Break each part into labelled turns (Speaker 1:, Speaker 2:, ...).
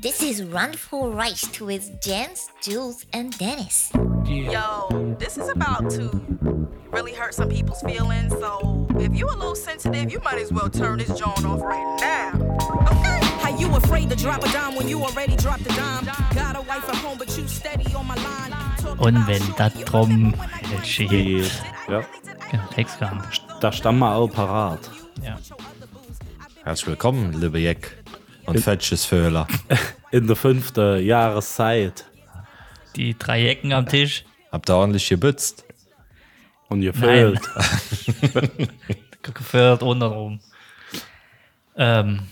Speaker 1: This is Run for Rice with Jens, Jules, and Dennis.
Speaker 2: Yo, this is about to really hurt some people's feelings. So if you a little sensitive, you might as well turn this joint off right now. Okay?
Speaker 3: How you afraid to drop a dime when you already dropped a dime? Got a wife at home, but you steady on my line. Talk
Speaker 4: Und
Speaker 3: about
Speaker 4: wenn
Speaker 3: shorty,
Speaker 4: das
Speaker 3: you
Speaker 4: drum
Speaker 3: remember when I
Speaker 4: hält,
Speaker 3: claimed
Speaker 4: shit.
Speaker 3: you?
Speaker 5: Geht.
Speaker 3: Did I
Speaker 6: Ja.
Speaker 3: really, did I
Speaker 4: Genau,
Speaker 3: really
Speaker 4: Text kam.
Speaker 5: Da standen wir auch parat.
Speaker 4: Ja.
Speaker 7: Herzlich willkommen, liebe Jack und falsches Föhler.
Speaker 5: In der fünften Jahreszeit.
Speaker 4: Die drei Ecken am Tisch.
Speaker 7: Habt ihr ordentlich gebützt?
Speaker 5: Und gefüllt.
Speaker 4: Gefördert untenrum. Ähm,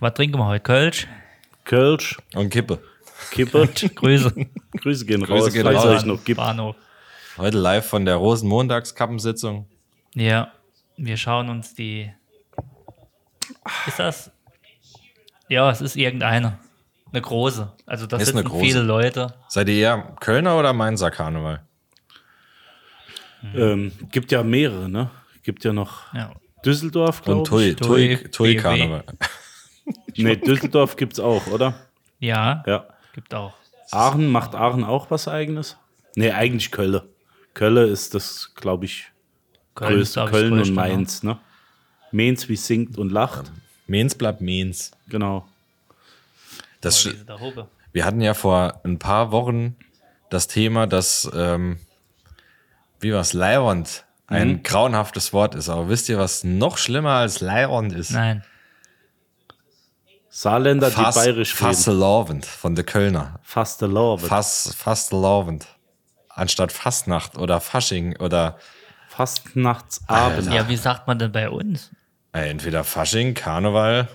Speaker 4: was trinken wir heute? Kölsch?
Speaker 5: Kölsch,
Speaker 7: Und Kippe.
Speaker 5: Kippe.
Speaker 4: Grüße.
Speaker 5: Grüße gehen
Speaker 7: Grüße
Speaker 5: raus,
Speaker 7: gehen
Speaker 5: falls es
Speaker 7: raus.
Speaker 5: euch noch gibt.
Speaker 4: Bahnhof.
Speaker 7: Heute live von der Rosenmontagskappensitzung.
Speaker 4: Ja, wir schauen uns die. Ist das? Ja, es ist irgendeine. Eine große. Also das
Speaker 7: Ist
Speaker 4: sind
Speaker 7: eine große.
Speaker 4: viele Leute.
Speaker 7: Seid ihr eher Kölner oder Mainzer Karneval?
Speaker 5: Ähm, gibt ja mehrere, ne? Gibt ja noch
Speaker 4: Ja.
Speaker 5: Düsseldorf, glaube
Speaker 7: Und
Speaker 5: ich.
Speaker 7: Tui, Tui,
Speaker 4: Tui-
Speaker 7: Tui
Speaker 4: BW.
Speaker 7: Karneval.
Speaker 5: Nee, Düsseldorf gibt's auch, oder?
Speaker 4: ja,
Speaker 5: Ja.
Speaker 4: gibt auch.
Speaker 5: Aachen, macht Aachen auch was eigenes? Nee, eigentlich Kölle. Kölle ist das, glaube ich,
Speaker 4: Köln, ist,
Speaker 5: größte.
Speaker 4: glaub
Speaker 5: Köln,
Speaker 4: ich, das größte,
Speaker 5: und
Speaker 4: ne?
Speaker 5: Mainz, ne? Mainz wie singt und lacht.
Speaker 7: Mainz bleibt Mainz.
Speaker 5: Genau.
Speaker 7: Das,
Speaker 4: Boah,
Speaker 7: sch-
Speaker 4: diese da oben.
Speaker 7: wir hatten ja vor ein paar Wochen das Thema, dass, ähm, wie was, Leihwand ein grauenhaftes Wort ist. Aber wisst ihr, was noch schlimmer als Leihwand ist?
Speaker 4: Nein.
Speaker 5: Saarländer,
Speaker 7: Fass,
Speaker 5: die bayerisch reden.
Speaker 7: Fasselorwend von der Kölner.
Speaker 5: Faste Love.
Speaker 7: Fass, Fastelorwend. Anstatt Fastnacht oder Fasching oder
Speaker 5: Fastnachtsabend.
Speaker 4: Ja, wie sagt man denn bei uns?
Speaker 7: äh, entweder Fasching, Karneval,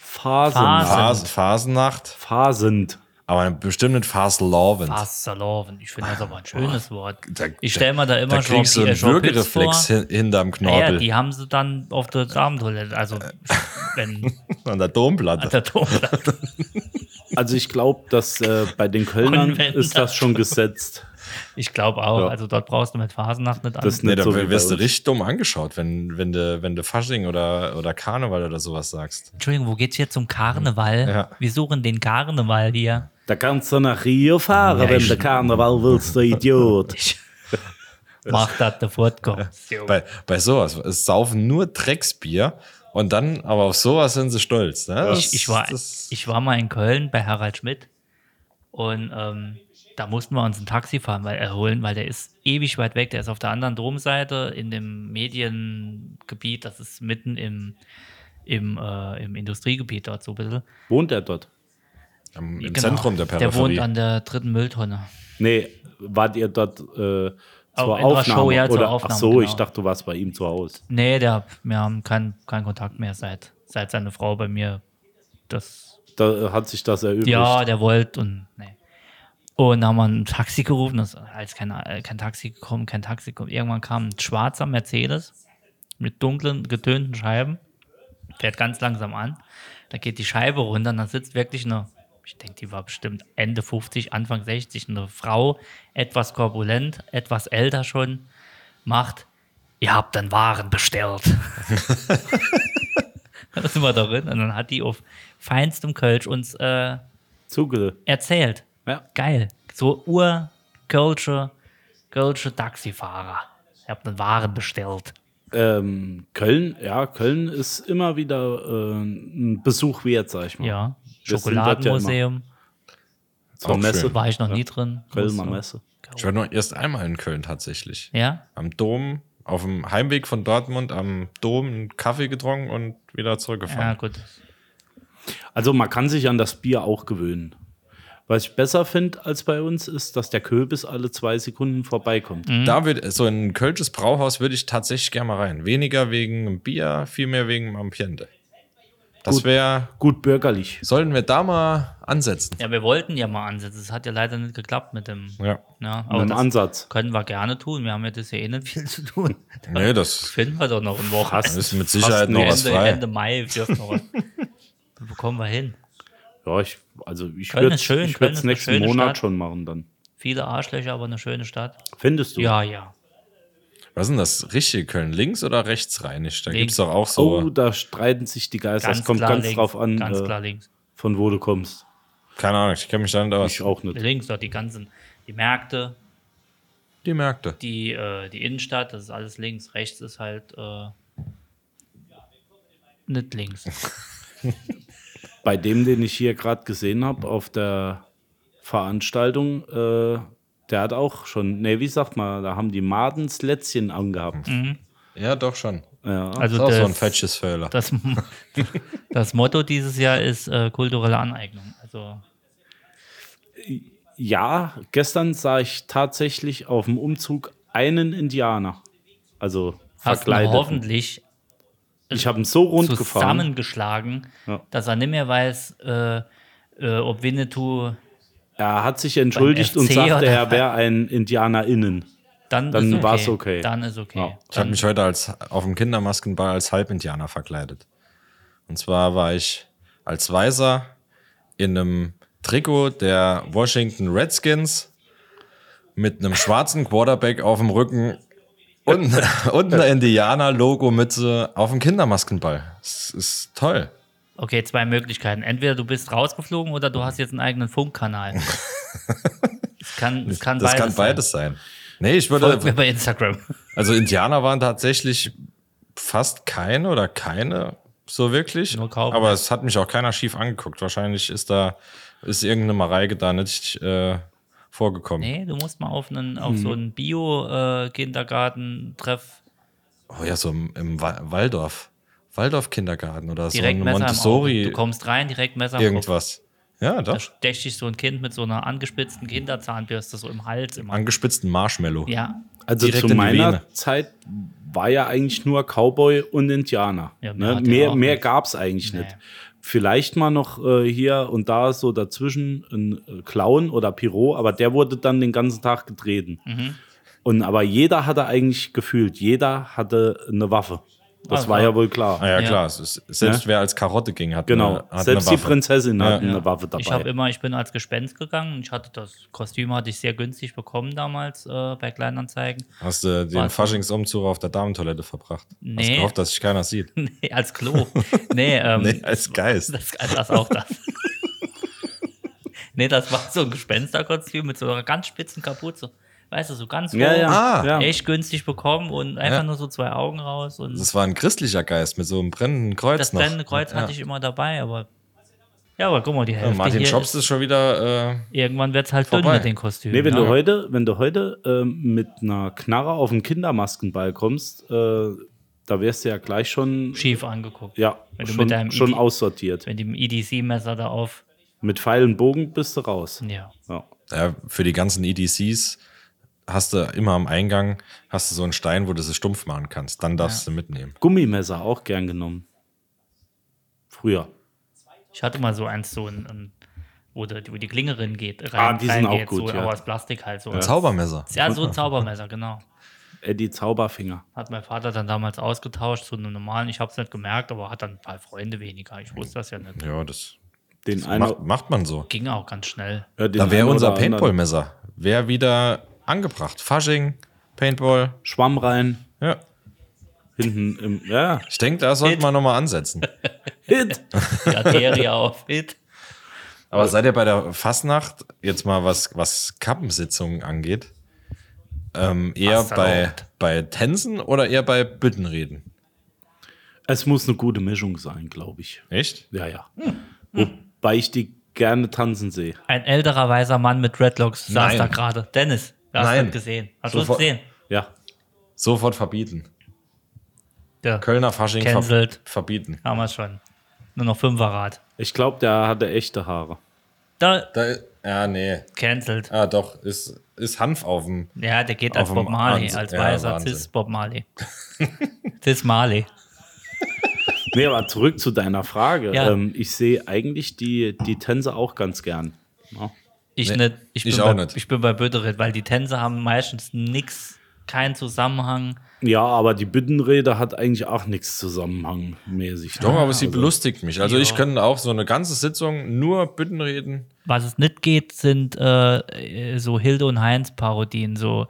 Speaker 5: Phasen.
Speaker 4: Phase.
Speaker 7: Phas Phasennacht,
Speaker 5: Phasend.
Speaker 7: aber bestimmt nicht Fastelorwend.
Speaker 4: Fasterlaufen. Ich finde das aber ein schönes Wort.
Speaker 7: Da-
Speaker 4: Ich stelle mir da immer
Speaker 7: da
Speaker 4: schon
Speaker 7: kriegst du
Speaker 4: äh,
Speaker 7: einen
Speaker 4: schon Pilz
Speaker 7: Würgereflex
Speaker 4: vor.
Speaker 7: hin, hinterm
Speaker 4: Ja, ja,
Speaker 7: Knorpel
Speaker 4: die haben sie dann auf der Damentoilette. Also,
Speaker 5: Äh.
Speaker 4: wenn
Speaker 7: an der Domplatte.
Speaker 4: der Domplatte.
Speaker 5: Also ich glaube, dass äh, bei den Kölnern
Speaker 4: Konvent.
Speaker 5: ist das schon gesetzt.
Speaker 4: Ich glaube auch.
Speaker 5: Ja.
Speaker 4: Also, dort brauchst du mit Phasennacht nicht an.
Speaker 5: Das ist
Speaker 7: Nee,
Speaker 5: nicht
Speaker 7: da
Speaker 5: so wie bei
Speaker 7: wirst du
Speaker 5: uns.
Speaker 7: richtig dumm angeschaut, wenn, wenn du wenn du Fasching oder, oder Karneval oder sowas sagst.
Speaker 4: Entschuldigung, wo geht's hier zum Karneval?
Speaker 7: Ja.
Speaker 4: Wir suchen den Karneval hier.
Speaker 5: Da kannst du nach Rio fahren, wenn du Karneval willst, du Idiot.
Speaker 4: Mach das, der fortkommst.
Speaker 7: Bei, bei sowas. Es saufen nur Drecksbier und dann, aber auf sowas sind sie stolz. Ne?
Speaker 4: Ich, ich, war, ich war mal in Köln bei Harald Schmidt und ähm, da mussten wir uns ein Taxi fahren, weil, erholen, weil der ist ewig weit weg. Der ist auf der anderen Domseite in dem Mediengebiet. Das ist mitten im, im, äh, im Industriegebiet dort so ein bisschen.
Speaker 5: Wohnt er dort?
Speaker 7: Im, im
Speaker 4: Genau.
Speaker 7: Zentrum der
Speaker 4: Der wohnt
Speaker 7: Peripherie.
Speaker 4: an der dritten Mülltonne.
Speaker 5: Nee, wart ihr dort äh,
Speaker 4: Auf
Speaker 5: zur
Speaker 4: unserer
Speaker 5: Aufnahme?
Speaker 4: Show, ja, zur
Speaker 5: oder,
Speaker 4: Aufnahme,
Speaker 5: ach so,
Speaker 4: genau.
Speaker 5: ich dachte, du warst bei ihm zu Hause.
Speaker 4: Nee, der, wir haben keinen keinen Kontakt mehr, seit, seit seine Frau bei mir das
Speaker 5: Da äh, hat sich das erübrigt.
Speaker 4: Ja, der wollte und nee. Und dann haben wir ein Taxi gerufen, das als kein, äh, kein Taxi gekommen, kein Taxi gekommen. Irgendwann kam ein schwarzer Mercedes mit dunklen, getönten Scheiben, fährt ganz langsam an. Da geht die Scheibe runter und dann sitzt wirklich eine, ich denke, die war bestimmt Ende 50, Anfang 60, eine Frau, etwas korpulent, etwas älter schon, macht, ihr habt dann Waren bestellt. da sind wir darin und dann hat die auf feinstem Kölsch uns äh,
Speaker 5: Zuge.
Speaker 4: erzählt.
Speaker 5: Ja.
Speaker 4: Geil. So ur-Kölsche Kölsche Taxifahrer. Ich habe dann Waren bestellt.
Speaker 5: Ähm, Köln, ja, Köln ist immer wieder äh, ein Besuch wert, sag ich mal.
Speaker 4: Ja.
Speaker 5: Wir sind dort ja immer.
Speaker 4: Schokoladenmuseum.
Speaker 5: Zur
Speaker 7: Auch
Speaker 5: Messe.
Speaker 4: War ich noch
Speaker 5: Ja.
Speaker 4: nie drin.
Speaker 5: Kölner
Speaker 4: Muss-
Speaker 5: Messe.
Speaker 7: Ich war nur erst einmal in Köln tatsächlich.
Speaker 4: Ja?
Speaker 7: Am Dom, auf dem Heimweg von Dortmund, am Dom einen Kaffee getrunken und wieder
Speaker 4: Ja,
Speaker 7: zurückgefahren.
Speaker 4: gut.
Speaker 5: Also man kann sich an das Bier auch gewöhnen. Was ich besser finde als bei uns ist, dass der Köbis alle zwei Sekunden vorbeikommt.
Speaker 4: Mhm.
Speaker 7: Da wird, so in ein Kölsches Brauhaus würde ich tatsächlich gerne mal rein. Weniger wegen dem Bier, viel mehr wegen dem Ambiente. Das
Speaker 5: Gut.
Speaker 7: wäre,
Speaker 5: Gut bürgerlich.
Speaker 7: sollten wir da mal ansetzen.
Speaker 4: Ja, wir wollten ja mal ansetzen. Es hat ja leider nicht geklappt mit dem.
Speaker 7: Ja.
Speaker 4: Na, aber
Speaker 5: Mit dem
Speaker 4: das
Speaker 5: Ansatz.
Speaker 4: können wir gerne tun. Wir haben ja das ja eh nicht viel zu tun. Da
Speaker 7: Nee, das
Speaker 4: finden wir doch noch ein
Speaker 7: da
Speaker 4: Wochenende.
Speaker 7: ist mit Sicherheit
Speaker 5: fast
Speaker 7: noch
Speaker 5: nee.
Speaker 7: was
Speaker 4: Ende,
Speaker 7: frei.
Speaker 4: Ende Mai dürfen wir was. Da bekommen wir hin.
Speaker 5: Ja, ich, also ich
Speaker 4: Köln
Speaker 5: würde
Speaker 4: ist schön,
Speaker 5: ich
Speaker 4: Köln
Speaker 5: würde
Speaker 4: ist
Speaker 5: es
Speaker 4: eine
Speaker 5: nächsten
Speaker 4: schöne
Speaker 5: Monat
Speaker 4: Stadt.
Speaker 5: schon machen dann.
Speaker 4: Viele Arschlöcher, aber eine schöne Stadt.
Speaker 5: Findest du?
Speaker 4: Ja, ja.
Speaker 7: Was ist denn das richtige Köln? Links oder rechts reinig? Da
Speaker 4: Links.
Speaker 7: gibt es doch auch so.
Speaker 5: Oh, da streiten sich die Geister. Das kommt ganz
Speaker 4: links,
Speaker 5: drauf an,
Speaker 4: Ganz
Speaker 5: äh,
Speaker 4: klar links.
Speaker 5: von wo du kommst.
Speaker 7: Keine Ahnung, ich kenne mich da nicht
Speaker 5: Ich
Speaker 7: aus.
Speaker 5: auch nicht.
Speaker 4: Links dort die ganzen, die Märkte,
Speaker 7: Die Märkte.
Speaker 4: die, äh, die Innenstadt, das ist alles links. Rechts ist halt äh, nicht links.
Speaker 5: Bei dem, den ich hier gerade gesehen habe auf der Veranstaltung, äh, der hat auch schon, ne, wie sagt man, da haben die Madens Lätzchen angehabt.
Speaker 7: Ja, doch schon.
Speaker 5: Ja.
Speaker 7: Das ist
Speaker 4: Also
Speaker 7: auch
Speaker 4: das,
Speaker 7: so ein fetches Föhler.
Speaker 4: das, das Motto dieses Jahr ist äh, kulturelle Aneignung. Also
Speaker 5: ja, gestern sah ich tatsächlich auf dem Umzug einen Indianer. Also
Speaker 4: hast du
Speaker 5: verkleidet.
Speaker 4: hoffentlich
Speaker 5: Ich habe ihn so rund gefahren.
Speaker 4: zusammengeschlagen,
Speaker 5: Ja.
Speaker 4: dass er nicht mehr weiß, äh, äh, ob Winnetou
Speaker 5: Er hat sich entschuldigt und
Speaker 4: FC
Speaker 5: sagte,
Speaker 4: oder-
Speaker 5: er wäre ein IndianerInnen.
Speaker 4: dann,
Speaker 5: Dann
Speaker 4: ist okay.
Speaker 5: war's okay.
Speaker 4: Dann ist okay.
Speaker 5: Ja.
Speaker 7: Ich habe mich heute als, auf dem Kindermaskenball als Halbindianer verkleidet. Und zwar war ich als Weißer in einem Trikot der Washington Redskins mit einem schwarzen Quarterback auf dem Rücken und, und einer Indianer-Logo-Mütze auf dem Kindermaskenball. Das ist toll.
Speaker 4: Okay, zwei Möglichkeiten. Entweder du bist rausgeflogen oder du hast jetzt einen eigenen Funkkanal. Es kann, es kann
Speaker 7: das
Speaker 4: beides
Speaker 7: kann beides sein. Nee, ich
Speaker 4: sein. Folgt mir
Speaker 7: würde.
Speaker 4: bei Instagram.
Speaker 7: Also, Indianer waren tatsächlich fast keine oder keine so wirklich.
Speaker 4: Nur Cowboys.
Speaker 7: Aber es hat mich auch keiner schief angeguckt. Wahrscheinlich ist da ist irgendeine Mareike da nicht äh, vorgekommen.
Speaker 4: Nee, du musst mal auf, einen, auf
Speaker 7: Mhm.
Speaker 4: so einen Bio-Kindergarten-Treff
Speaker 7: Oh ja, so im, im Wa Waldorf. Waldorf-Kindergarten oder
Speaker 4: direkt
Speaker 7: so ein
Speaker 4: Messer im Auge.
Speaker 7: Montessori.
Speaker 4: Du kommst rein, direkt Messer im Auge.
Speaker 7: Irgendwas. Ja,
Speaker 4: Da
Speaker 7: doch.
Speaker 4: stecht dich so ein Kind mit so einer angespitzten Kinderzahnbürste so im Hals. Im
Speaker 7: Angespitzten Marshmallow.
Speaker 4: ja,
Speaker 5: Also
Speaker 7: Direkt
Speaker 5: zu
Speaker 7: in die
Speaker 5: meiner
Speaker 7: Vene.
Speaker 5: Zeit war ja eigentlich nur Cowboy und Indianer.
Speaker 4: Ja, mehr
Speaker 5: ne?
Speaker 4: hat er
Speaker 5: Mehr,
Speaker 4: auch
Speaker 5: mehr
Speaker 4: nicht.
Speaker 5: gab es eigentlich
Speaker 4: Nee.
Speaker 5: nicht. Vielleicht mal noch äh, hier und da so dazwischen ein äh, Clown oder Pirot, aber der wurde dann den ganzen Tag getreten.
Speaker 4: Mhm.
Speaker 5: Und aber jeder hatte eigentlich gefühlt, jeder hatte eine Waffe. Das
Speaker 4: Ah,
Speaker 5: war
Speaker 4: klar.
Speaker 5: ja wohl klar.
Speaker 7: Ah, ja,
Speaker 4: Ja.
Speaker 7: klar. Es ist, selbst
Speaker 5: Ja.
Speaker 7: wer als Karotte ging, hat
Speaker 5: Genau.
Speaker 7: eine, hat
Speaker 5: Selbst
Speaker 7: eine
Speaker 5: die
Speaker 7: Waffe.
Speaker 5: Prinzessin
Speaker 7: Ja.
Speaker 5: hatte eine Waffe dabei.
Speaker 4: Ich habe immer, ich bin als Gespenst gegangen. Ich hatte das Kostüm hatte ich sehr günstig bekommen damals äh, bei Kleinanzeigen.
Speaker 7: Hast du den
Speaker 4: Was?
Speaker 7: Faschingsumzug auf der Damentoilette verbracht? Hast
Speaker 4: Nee.
Speaker 7: gehofft, dass sich keiner sieht.
Speaker 4: nee, als Klo. Nee, ähm,
Speaker 7: Nee, als Geist.
Speaker 4: das, das auch das. nee, das war so ein Gespensterkostüm mit so einer ganz spitzen Kapuze. Weißt du, so ganz
Speaker 5: ja, ja.
Speaker 7: Ah,
Speaker 5: ja.
Speaker 4: echt günstig bekommen und einfach
Speaker 7: Ja.
Speaker 4: nur so zwei Augen raus und
Speaker 7: Das war ein christlicher Geist mit so einem brennenden Kreuz
Speaker 4: das
Speaker 7: noch.
Speaker 4: brennende Kreuz hatte ich immer dabei, aber ja, aber guck mal, die
Speaker 7: Ja,
Speaker 4: Hälfte
Speaker 7: Martin
Speaker 4: hier
Speaker 7: Schops ist schon wieder. Äh,
Speaker 4: irgendwann wird es halt dünn
Speaker 7: vorbei.
Speaker 4: mit den Kostümen. ne?
Speaker 5: Nee, wenn
Speaker 4: ja.
Speaker 5: du heute, wenn du heute ähm, mit einer Knarre auf den Kindermaskenball kommst, äh, da wärst du ja gleich schon,
Speaker 4: schief angeguckt.
Speaker 5: ja,
Speaker 4: wenn du mit
Speaker 5: schon,
Speaker 4: deinem
Speaker 5: schon
Speaker 4: Idi-
Speaker 5: aussortiert.
Speaker 4: Mit dem EDC-Messer da auf.
Speaker 5: Mit Pfeil und Bogen bist du raus.
Speaker 4: Ja.
Speaker 5: Ja.
Speaker 7: ja, für die ganzen EDCs hast du immer am Eingang hast du so einen Stein, wo du sie stumpf machen kannst. Dann darfst du mitnehmen.
Speaker 5: Gummimesser auch gern genommen. Früher.
Speaker 4: Ich hatte mal so eins, so ein, ein wo, die, wo die Klinge reingeht. Rein,
Speaker 5: Ah, die sind
Speaker 4: reingeht,
Speaker 5: auch
Speaker 4: so,
Speaker 5: gut, ja.
Speaker 4: Aber aus Plastik halt so.
Speaker 7: Ein
Speaker 4: Ja.
Speaker 7: Zaubermesser.
Speaker 4: so ein Zaubermesser, genau.
Speaker 5: Eddie Zauberfinger.
Speaker 4: Hat mein Vater dann damals ausgetauscht zu einem normalen. Ich habe es nicht gemerkt, aber hat dann ein paar Freunde weniger. Ich wusste das ja nicht.
Speaker 7: Ja, das
Speaker 5: Den einen,
Speaker 7: macht, macht man so.
Speaker 4: Ging auch ganz schnell.
Speaker 5: ja, den
Speaker 7: Da wäre
Speaker 5: einen
Speaker 7: unser
Speaker 5: oder anderen.
Speaker 7: Paintball-Messer. Wäre wieder angebracht. Fasching, Paintball.
Speaker 5: Schwamm rein,
Speaker 7: Ja.
Speaker 5: hinten im. Ja,
Speaker 7: Ich denke, da sollte man nochmal ansetzen.
Speaker 5: Hit!
Speaker 4: Die Arterie auf Hit.
Speaker 7: Aber seid ihr bei der Fastnacht jetzt mal was, was Kappensitzungen angeht? Ähm, eher
Speaker 4: Fast
Speaker 7: bei,
Speaker 4: erlaubt.
Speaker 7: bei Tänzen oder eher bei Büttenreden?
Speaker 5: Es muss eine gute Mischung sein, glaube ich.
Speaker 7: Echt?
Speaker 5: Ja, ja.
Speaker 7: Hm.
Speaker 5: Wobei ich die gerne tanzen sehe.
Speaker 4: Ein älterer weiser Mann mit Dreadlocks saß
Speaker 7: Nein.
Speaker 4: da gerade. Dennis, hast
Speaker 7: Nein.
Speaker 4: du das gesehen? Hast du das
Speaker 7: Sofort-
Speaker 4: gesehen?
Speaker 5: Ja.
Speaker 7: Sofort verbieten.
Speaker 4: Ja,
Speaker 7: Kölner Fasching ver
Speaker 4: Cancelled.
Speaker 7: verbieten.
Speaker 4: haben wir schon. Nur noch Fünferrad.
Speaker 5: Ich glaube, der hatte echte Haare.
Speaker 4: Da,
Speaker 7: Da, ja, nee.
Speaker 4: cancelled.
Speaker 7: Ah, doch. Ist, ist Hanf auf dem.
Speaker 4: Ja, der geht
Speaker 7: Auf
Speaker 4: als Bob
Speaker 7: dem
Speaker 4: Marley,
Speaker 7: Wahnsinn.
Speaker 4: als
Speaker 7: Ja,
Speaker 4: weißer
Speaker 7: Wahnsinn.
Speaker 4: Cis Bob Marley. Cis Marley.
Speaker 5: Nee, aber zurück zu deiner Frage.
Speaker 4: Ja.
Speaker 5: Ähm, ich sehe eigentlich die, die Tänze auch ganz gern. Ja.
Speaker 4: Ich,
Speaker 7: Nee,
Speaker 4: nicht, ich, bin
Speaker 7: ich
Speaker 4: bei,
Speaker 7: auch nicht.
Speaker 4: ich bin bei Böderet, weil die Tänze haben meistens nix, keinen Zusammenhang.
Speaker 5: Ja, aber die Büttenrede hat eigentlich auch nichts zusammenhangmäßig.
Speaker 7: Doch,
Speaker 5: ne?
Speaker 7: aber sie
Speaker 5: Also,
Speaker 7: belustigt mich. Also, ich
Speaker 4: Ja.
Speaker 7: könnte auch so eine ganze Sitzung nur Büttenreden.
Speaker 4: äh, Was es nicht geht, sind äh, so Hilde und Heinz Parodien, so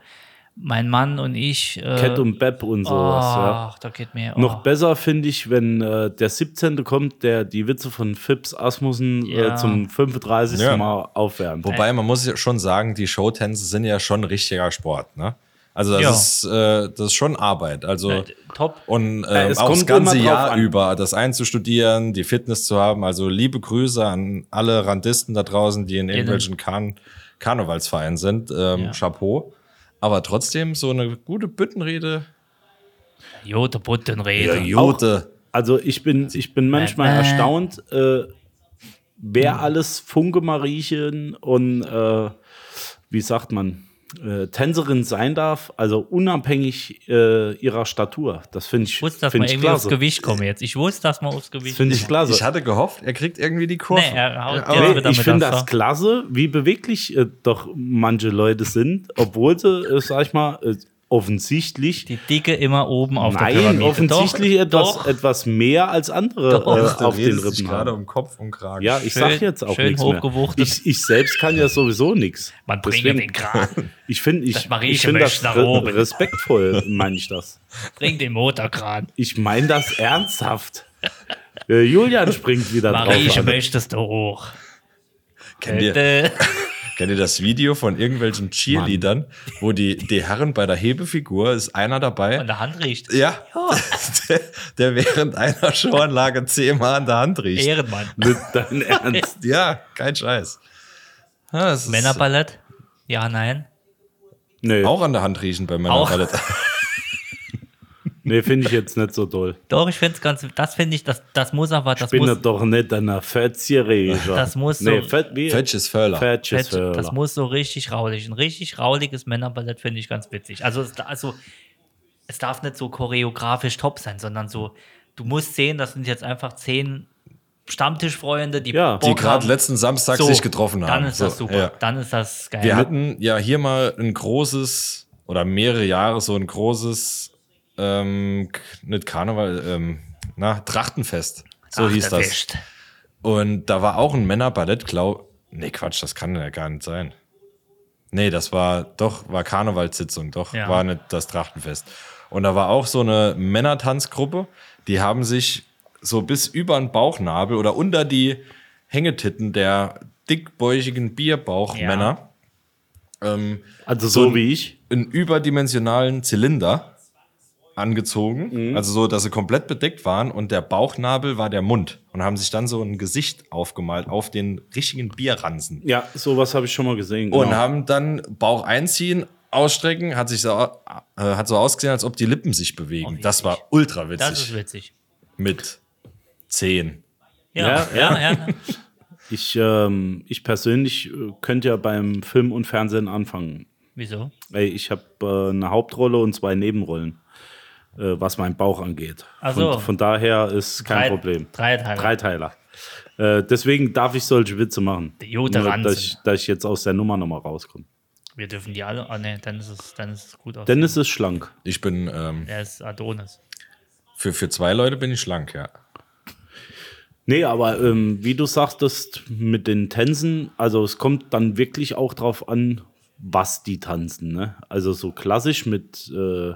Speaker 4: mein Mann und ich. Äh,
Speaker 5: Cat und Beb und sowas, ja.
Speaker 4: Ach, da geht mir. Oh.
Speaker 5: Noch besser finde ich, wenn äh, der 17. kommt, der die Witze von Phipps Asmussen
Speaker 4: Ja.
Speaker 5: äh, zum 35.
Speaker 7: Ja.
Speaker 5: Mal aufwärmt.
Speaker 7: Wobei man muss ja schon sagen, die Showtänze sind ja schon richtiger Sport, ne? Also das
Speaker 4: Ja.
Speaker 7: ist äh, das ist schon Arbeit. Also
Speaker 4: Äh, top.
Speaker 7: und äh,
Speaker 5: es
Speaker 7: auch das
Speaker 5: kommt immer
Speaker 7: ganze
Speaker 5: drauf
Speaker 7: Jahr
Speaker 5: an.
Speaker 7: über das einzustudieren, die Fitness zu haben. Also liebe Grüße an alle Randisten da draußen, die in irgendwelchen kan Karnevalsvereinen sind. Ähm,
Speaker 4: Ja.
Speaker 7: Chapeau. Aber trotzdem so eine gute Büttenrede.
Speaker 4: Jote Buttenrede.
Speaker 7: Jote.
Speaker 5: Also ich bin, ich bin manchmal
Speaker 4: Äh, äh.
Speaker 5: erstaunt, äh, wer alles Funke-Mariechen und äh, wie sagt man, äh, Tänzerin sein darf, also unabhängig äh, ihrer Statur. Das finde ich,
Speaker 4: Ich wusste, dass
Speaker 5: find
Speaker 4: wir
Speaker 5: ich
Speaker 4: irgendwie aufs
Speaker 5: klasse.
Speaker 4: Gewicht kommen jetzt. Ich wusste, dass wir aufs Gewicht
Speaker 5: Finde ich
Speaker 4: kommen.
Speaker 5: klasse.
Speaker 7: Ich hatte gehofft, er kriegt irgendwie die Kurve.
Speaker 4: Nee, er haut
Speaker 7: aber-
Speaker 4: jetzt
Speaker 5: Also Nee,
Speaker 4: wieder
Speaker 5: ich
Speaker 4: mit
Speaker 5: finde
Speaker 4: ab,
Speaker 5: das
Speaker 4: so.
Speaker 5: klasse, wie beweglich äh, doch manche Leute sind, obwohl sie, äh, sag ich mal, äh, offensichtlich
Speaker 4: Die Dicke immer oben auf der
Speaker 5: Nein,
Speaker 4: Pyramide.
Speaker 5: offensichtlich
Speaker 4: doch,
Speaker 5: etwas, äh,
Speaker 4: Doch.
Speaker 5: etwas mehr als andere
Speaker 4: Doch.
Speaker 5: äh,
Speaker 4: Ach,
Speaker 5: auf den
Speaker 7: redest dich
Speaker 5: Rippen
Speaker 7: gerade
Speaker 5: haben.
Speaker 7: um Kopf und Kragen.
Speaker 5: Ja, ich
Speaker 4: Schön-
Speaker 5: sag jetzt auch
Speaker 4: schön
Speaker 5: nichts mehr.
Speaker 4: hochgewuchtet.
Speaker 5: Ich, ich selbst kann ja sowieso nichts.
Speaker 4: Man bringe den Kran.
Speaker 5: Ich finde ich,
Speaker 4: Das mache ich
Speaker 5: ich find
Speaker 4: immer
Speaker 5: das
Speaker 4: nach
Speaker 5: re-
Speaker 4: oben.
Speaker 5: respektvoll, meine ich das.
Speaker 4: Bring den Motorkran.
Speaker 5: Ich meine das ernsthaft. Äh, Julian springt wieder
Speaker 4: Marie,
Speaker 5: drauf.
Speaker 4: ich
Speaker 5: an.
Speaker 4: möchtest du hoch.
Speaker 7: Kennt ihr,
Speaker 4: Äh,
Speaker 7: Kennt ihr das Video von irgendwelchen Cheerleadern, wo die, die Herren bei der Hebefigur ist einer dabei?
Speaker 4: An der Hand riecht.
Speaker 7: Ja, der, der während einer Showanlage zehnmal an der Hand riecht.
Speaker 4: Ehrenmann.
Speaker 5: Mit deinem Ernst.
Speaker 7: Ja, kein Scheiß. Ja, Ah, das ist
Speaker 4: Männerballett? Ja, nein.
Speaker 5: Nee,
Speaker 7: Auch an der Hand riechen bei meiner
Speaker 4: Auch.
Speaker 7: Ballett.
Speaker 5: nee finde ich jetzt nicht so toll.
Speaker 4: Doch, ich finde es ganz. Das finde ich, das, das muss aber. Das
Speaker 5: Ich bin
Speaker 4: muss,
Speaker 5: ja doch nicht einer Fettserie.
Speaker 4: Das muss so-
Speaker 5: Nee, Fett, wie?
Speaker 7: Fetches Föller.
Speaker 4: das,
Speaker 5: Fetches
Speaker 4: das
Speaker 5: Hörer.
Speaker 4: muss so richtig raulig. Ein richtig rauliges Männerballett finde ich ganz witzig. Also, es, also, es darf nicht so choreografisch top sein, sondern so, du musst sehen, das sind jetzt einfach zehn Stammtischfreunde, die,
Speaker 5: Ja.
Speaker 4: Bock
Speaker 7: Die gerade
Speaker 4: haben.
Speaker 7: letzten Samstag
Speaker 4: So,
Speaker 7: sich getroffen haben.
Speaker 4: Dann ist das
Speaker 7: So,
Speaker 4: super.
Speaker 7: ja.
Speaker 4: Dann ist das geil.
Speaker 7: Wir hatten ja hier mal ein großes oder mehrere Jahre so ein großes, ähm, K- nicht Karneval, ähm, na, Trachtenfest. So
Speaker 4: Ach,
Speaker 7: hieß
Speaker 4: der
Speaker 7: das.
Speaker 4: Wischt.
Speaker 7: Und da war auch ein Männerballett, glaub. Nee, Quatsch, das kann ja gar nicht sein. Nee, das war doch, war Karnevalssitzung, doch,
Speaker 4: Ja.
Speaker 7: war nicht das Trachtenfest. Und da war auch so eine Männertanzgruppe, die haben sich so bis über den Bauchnabel oder unter die Hängetitten der dickbäuchigen Bierbauchmänner ähm,
Speaker 5: Also so wie ich.
Speaker 7: einen überdimensionalen Zylinder angezogen,
Speaker 5: Mhm.
Speaker 7: also so, dass sie komplett bedeckt waren und der Bauchnabel war der Mund und haben sich dann so ein Gesicht aufgemalt auf den richtigen Bierranzen
Speaker 5: Ja, sowas habe ich schon mal gesehen.
Speaker 7: und
Speaker 5: genau.
Speaker 7: haben dann Bauch einziehen, ausstrecken, hat sich so, äh, hat so ausgesehen, als ob die Lippen sich bewegen.
Speaker 4: Oh,
Speaker 7: das war
Speaker 4: witzig.
Speaker 7: ultra witzig.
Speaker 4: Das ist witzig.
Speaker 7: Mit zehn.
Speaker 4: Ja, ja, ja.
Speaker 5: Ich, ähm, ich persönlich äh, könnte ja beim Film und Fernsehen anfangen.
Speaker 4: Wieso?
Speaker 5: Ey, ich habe äh, eine Hauptrolle und zwei Nebenrollen, äh, was meinen Bauch angeht.
Speaker 4: Ach so.
Speaker 5: von, von daher ist kein
Speaker 4: Drei-
Speaker 5: Problem.
Speaker 4: drei Teile.
Speaker 5: Dreiteiler. Äh, deswegen darf ich solche Witze machen.
Speaker 4: Die Jute
Speaker 5: Nur,
Speaker 4: Ranzen.
Speaker 5: dass, ich, dass ich jetzt aus der Nummer nochmal rauskomme.
Speaker 4: Wir dürfen die alle. Ah, nee, dann ist es, dann ist es gut aus.
Speaker 5: Dennis ist schlank.
Speaker 7: Ich bin, ähm,
Speaker 4: Er ist Adonis.
Speaker 7: für, für zwei Leute bin ich schlank, ja.
Speaker 5: Nee, aber ähm, wie du sagtest, mit den Tänzen, also es kommt dann wirklich auch drauf an, was die tanzen. Ne? Also so klassisch mit äh,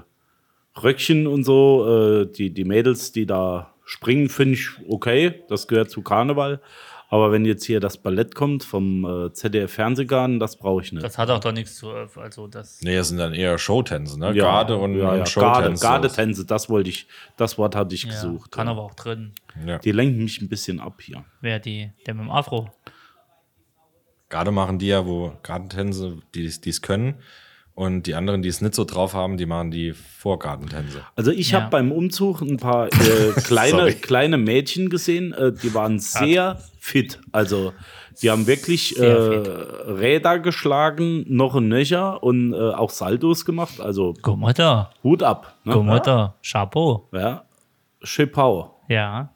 Speaker 5: Röckchen und so, äh, die, die Mädels, die da springen, finde ich okay, das gehört zu Karneval. Aber wenn jetzt hier das Ballett kommt vom äh, ZDF-Fernsehgarten, das brauche ich nicht.
Speaker 4: Das hat auch doch nichts zu. Also das.
Speaker 7: Nee, das sind dann eher Showtänze, ne? Garde und,
Speaker 5: ja, ja.
Speaker 7: und
Speaker 5: Garde,
Speaker 7: Showtänze.
Speaker 5: Gardetänze, das wollte ich, das Wort hatte ich
Speaker 4: Ja,
Speaker 5: gesucht.
Speaker 4: kann
Speaker 5: ja.
Speaker 4: aber auch drin.
Speaker 7: ja.
Speaker 5: Die lenken mich ein bisschen ab hier.
Speaker 4: Wer die, der mit dem Afro.
Speaker 7: Gerade machen die ja, wo Gartentänze, die es können. Und die anderen, die es nicht so drauf haben, die machen die Vorgartentänze.
Speaker 5: Also ich
Speaker 4: Ja.
Speaker 5: habe beim Umzug ein paar äh, kleine,
Speaker 7: Sorry.
Speaker 5: kleine Mädchen gesehen, äh, die waren sehr fit. Also die haben wirklich äh,
Speaker 4: Sehr fit.
Speaker 5: Räder geschlagen, noch ein Nöcher und äh, auch Saldos gemacht. Also
Speaker 4: Guck mal da.
Speaker 5: Hut ab. Ne?
Speaker 4: Guck mal da. Chapeau.
Speaker 5: Ja. Schipau.
Speaker 4: Ja.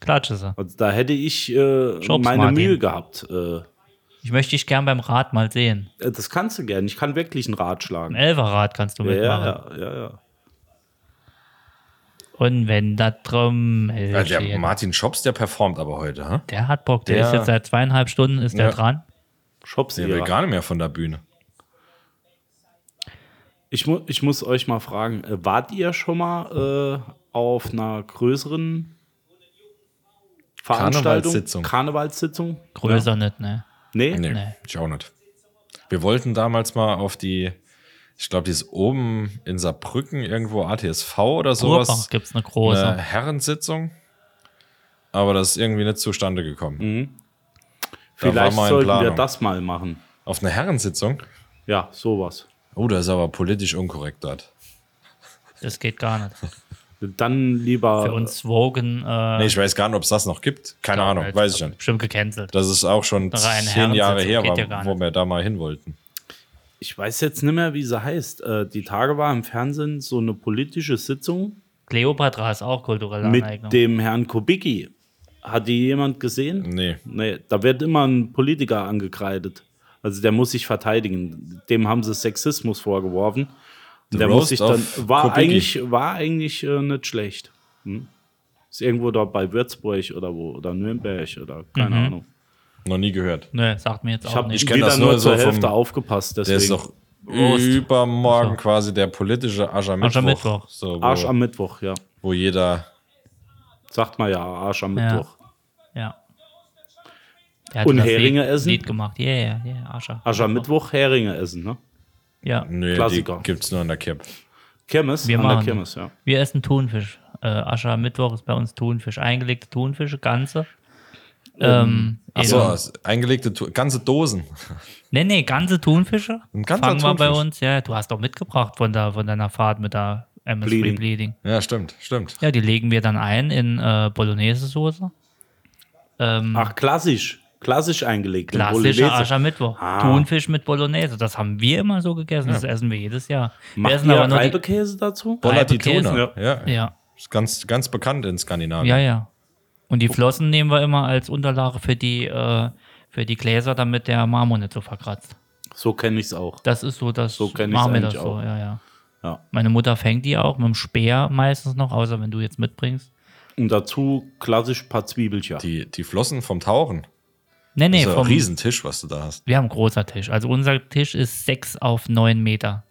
Speaker 4: Klatsche sie.
Speaker 5: Also da hätte ich äh,
Speaker 4: Jobs,
Speaker 5: meine
Speaker 4: Martin.
Speaker 5: Mühe gehabt. Äh,
Speaker 4: Ich möchte dich gern beim Rad mal sehen.
Speaker 5: das kannst du gerne. Ich kann wirklich einen Rad
Speaker 4: Im
Speaker 5: schlagen.
Speaker 4: Elferrad kannst du
Speaker 5: Ja,
Speaker 4: mitmachen.
Speaker 5: ja, ja, ja.
Speaker 4: Und wenn da drum.
Speaker 7: Ja, Also der Martin Schops, der performt aber heute, ha?
Speaker 4: der hat Bock. Der
Speaker 7: Ja.
Speaker 4: ist jetzt seit zweieinhalb Stunden ist der
Speaker 7: Ja.
Speaker 4: dran.
Speaker 5: Schubs
Speaker 7: Der will
Speaker 5: ja.
Speaker 7: gar nicht mehr von der Bühne.
Speaker 5: Ich, mu ich muss euch mal fragen, äh, wart ihr schon mal äh, auf einer größeren Veranstaltung?
Speaker 7: Karnevalssitzung.
Speaker 5: Karnevalssitzung?
Speaker 4: Größer nicht, ne?
Speaker 5: Nee?
Speaker 7: Nee,
Speaker 4: Nee.
Speaker 7: ich auch nicht. Wir wollten damals mal auf die, ich glaube, die ist oben in Saarbrücken irgendwo ATSV oder
Speaker 4: Ruhrpach
Speaker 7: sowas.
Speaker 4: gibt es eine
Speaker 7: Eine
Speaker 4: große.
Speaker 7: Herrensitzung. Aber das ist irgendwie nicht zustande gekommen. Da war
Speaker 5: Vielleicht
Speaker 7: mal in
Speaker 5: sollten wir
Speaker 7: Planung.
Speaker 5: das mal machen.
Speaker 7: Auf eine Herrensitzung?
Speaker 5: Ja, sowas.
Speaker 7: Oh, das ist aber politisch unkorrekt dort.
Speaker 4: Das geht gar nicht.
Speaker 5: Dann lieber.
Speaker 4: Für uns Wogen. Äh,
Speaker 7: Nee, ich weiß gar nicht, ob es das noch gibt. Keine Ahnung,
Speaker 4: halt.
Speaker 7: weiß ich nicht.
Speaker 4: Bestimmt gecancelt.
Speaker 7: Das ist auch schon
Speaker 4: Reine
Speaker 7: zehn Jahre
Speaker 4: Herrensitzung
Speaker 7: her,
Speaker 4: geht
Speaker 7: war,
Speaker 4: ja gar
Speaker 7: wo
Speaker 4: nicht.
Speaker 7: wir da mal hin wollten.
Speaker 5: Ich weiß jetzt nicht mehr, wie sie heißt. Äh, die Tage war im Fernsehen so eine politische Sitzung
Speaker 4: Cleopatra ist auch kulturelle Aneignung.
Speaker 5: mit dem Herrn Kubicki. Hat die jemand gesehen?
Speaker 7: Nee.
Speaker 5: Nee, da wird immer ein Politiker angekreidet. Also der muss sich verteidigen. Dem haben sie Sexismus vorgeworfen. Und der muss
Speaker 7: Roast
Speaker 5: sich dann.
Speaker 7: of
Speaker 5: War
Speaker 7: Kubicki.
Speaker 5: eigentlich, war eigentlich äh, nicht schlecht. Hm? Ist irgendwo da bei Würzburg oder wo oder Nürnberg oder keine Ahnung.
Speaker 7: Noch nie gehört.
Speaker 4: Nö, Ne, sagt mir jetzt
Speaker 5: Ich
Speaker 4: Mhm. auch
Speaker 5: habe
Speaker 4: nicht.
Speaker 7: kenn
Speaker 5: wieder
Speaker 7: das
Speaker 5: nur
Speaker 7: nur so
Speaker 5: zur
Speaker 7: vom-
Speaker 5: Hälfte aufgepasst. Deswegen.
Speaker 7: Der ist doch
Speaker 4: Prost.
Speaker 7: übermorgen
Speaker 4: Ach so.
Speaker 7: quasi der politische Aschermittwoch.
Speaker 4: Aschermittwoch.
Speaker 7: So, wo,
Speaker 5: Arsch am Mittwoch, ja.
Speaker 7: wo jeder
Speaker 5: Sagt man ja, Arsch am
Speaker 4: Ja.
Speaker 5: Mittwoch.
Speaker 4: Ja. Der hat
Speaker 5: Und
Speaker 4: das
Speaker 5: Heringe
Speaker 4: Lied,
Speaker 5: essen?
Speaker 4: Lied gemacht. Ja, ja, ja. Ascha.
Speaker 5: Arsch am Mittwoch Heringe essen, ne?
Speaker 4: Ja.
Speaker 7: Nö,
Speaker 5: Klassiker.
Speaker 7: die gibt's nur in der Kirp.
Speaker 5: Kirmes,
Speaker 4: Wir
Speaker 5: an der
Speaker 4: machen.
Speaker 5: Kirmes, ja.
Speaker 4: Wir essen Thunfisch. Äh, Ascha Mittwoch ist bei uns Thunfisch. Eingelegte Thunfische, ganze. Ähm,
Speaker 7: Achso,
Speaker 4: in-
Speaker 7: es- eingelegte Tu- ganze Dosen.
Speaker 4: Nee, nee, ganze Thunfische.
Speaker 7: Ein ganzer
Speaker 4: Fangen wir bei
Speaker 7: Thunfisch.
Speaker 4: uns. Ja, du hast doch mitgebracht von, der, von deiner Fahrt mit der MS Bleeding.
Speaker 5: Bleeding.
Speaker 4: Bleeding.
Speaker 7: Ja, stimmt, stimmt.
Speaker 4: Ja, die legen wir dann ein in äh, Bolognese-Soße. Ähm,
Speaker 5: Ach, klassisch. Klassisch eingelegt. in
Speaker 4: Klassischer
Speaker 5: Bolognese.
Speaker 4: Aschermittwoch.
Speaker 5: Ah.
Speaker 4: Thunfisch mit Bolognese. Das haben wir immer so gegessen. Das essen wir jedes Jahr. wir
Speaker 5: Macht
Speaker 4: essen
Speaker 5: ihr
Speaker 4: aber nur die,
Speaker 5: Reibekäse dazu?
Speaker 7: Bolla di
Speaker 4: Käse.
Speaker 7: Tona. Ja.
Speaker 4: Ja.
Speaker 7: Ist ganz, ganz bekannt in Skandinavien.
Speaker 4: Ja, ja. Und die Flossen nehmen wir immer als Unterlage für die, äh, für die Gläser, damit der Marmor nicht so verkratzt.
Speaker 5: So kenne ich es auch.
Speaker 4: Das ist so, das
Speaker 5: So kenn ich's
Speaker 4: machen wir das
Speaker 5: eigentlich
Speaker 4: so.
Speaker 5: auch.
Speaker 4: Ja, ja.
Speaker 5: Ja.
Speaker 4: Meine Mutter fängt die auch mit dem Speer meistens noch, außer wenn du jetzt mitbringst.
Speaker 5: Und dazu klassisch ein paar Zwiebelchen.
Speaker 7: Die, die Flossen vom Tauchen.
Speaker 4: Nee, nee,
Speaker 7: Nee, ist ja ein
Speaker 4: vom,
Speaker 7: Riesentisch, was du da hast.
Speaker 4: wir haben einen großer Tisch. Also unser Tisch ist sechs auf neun Meter.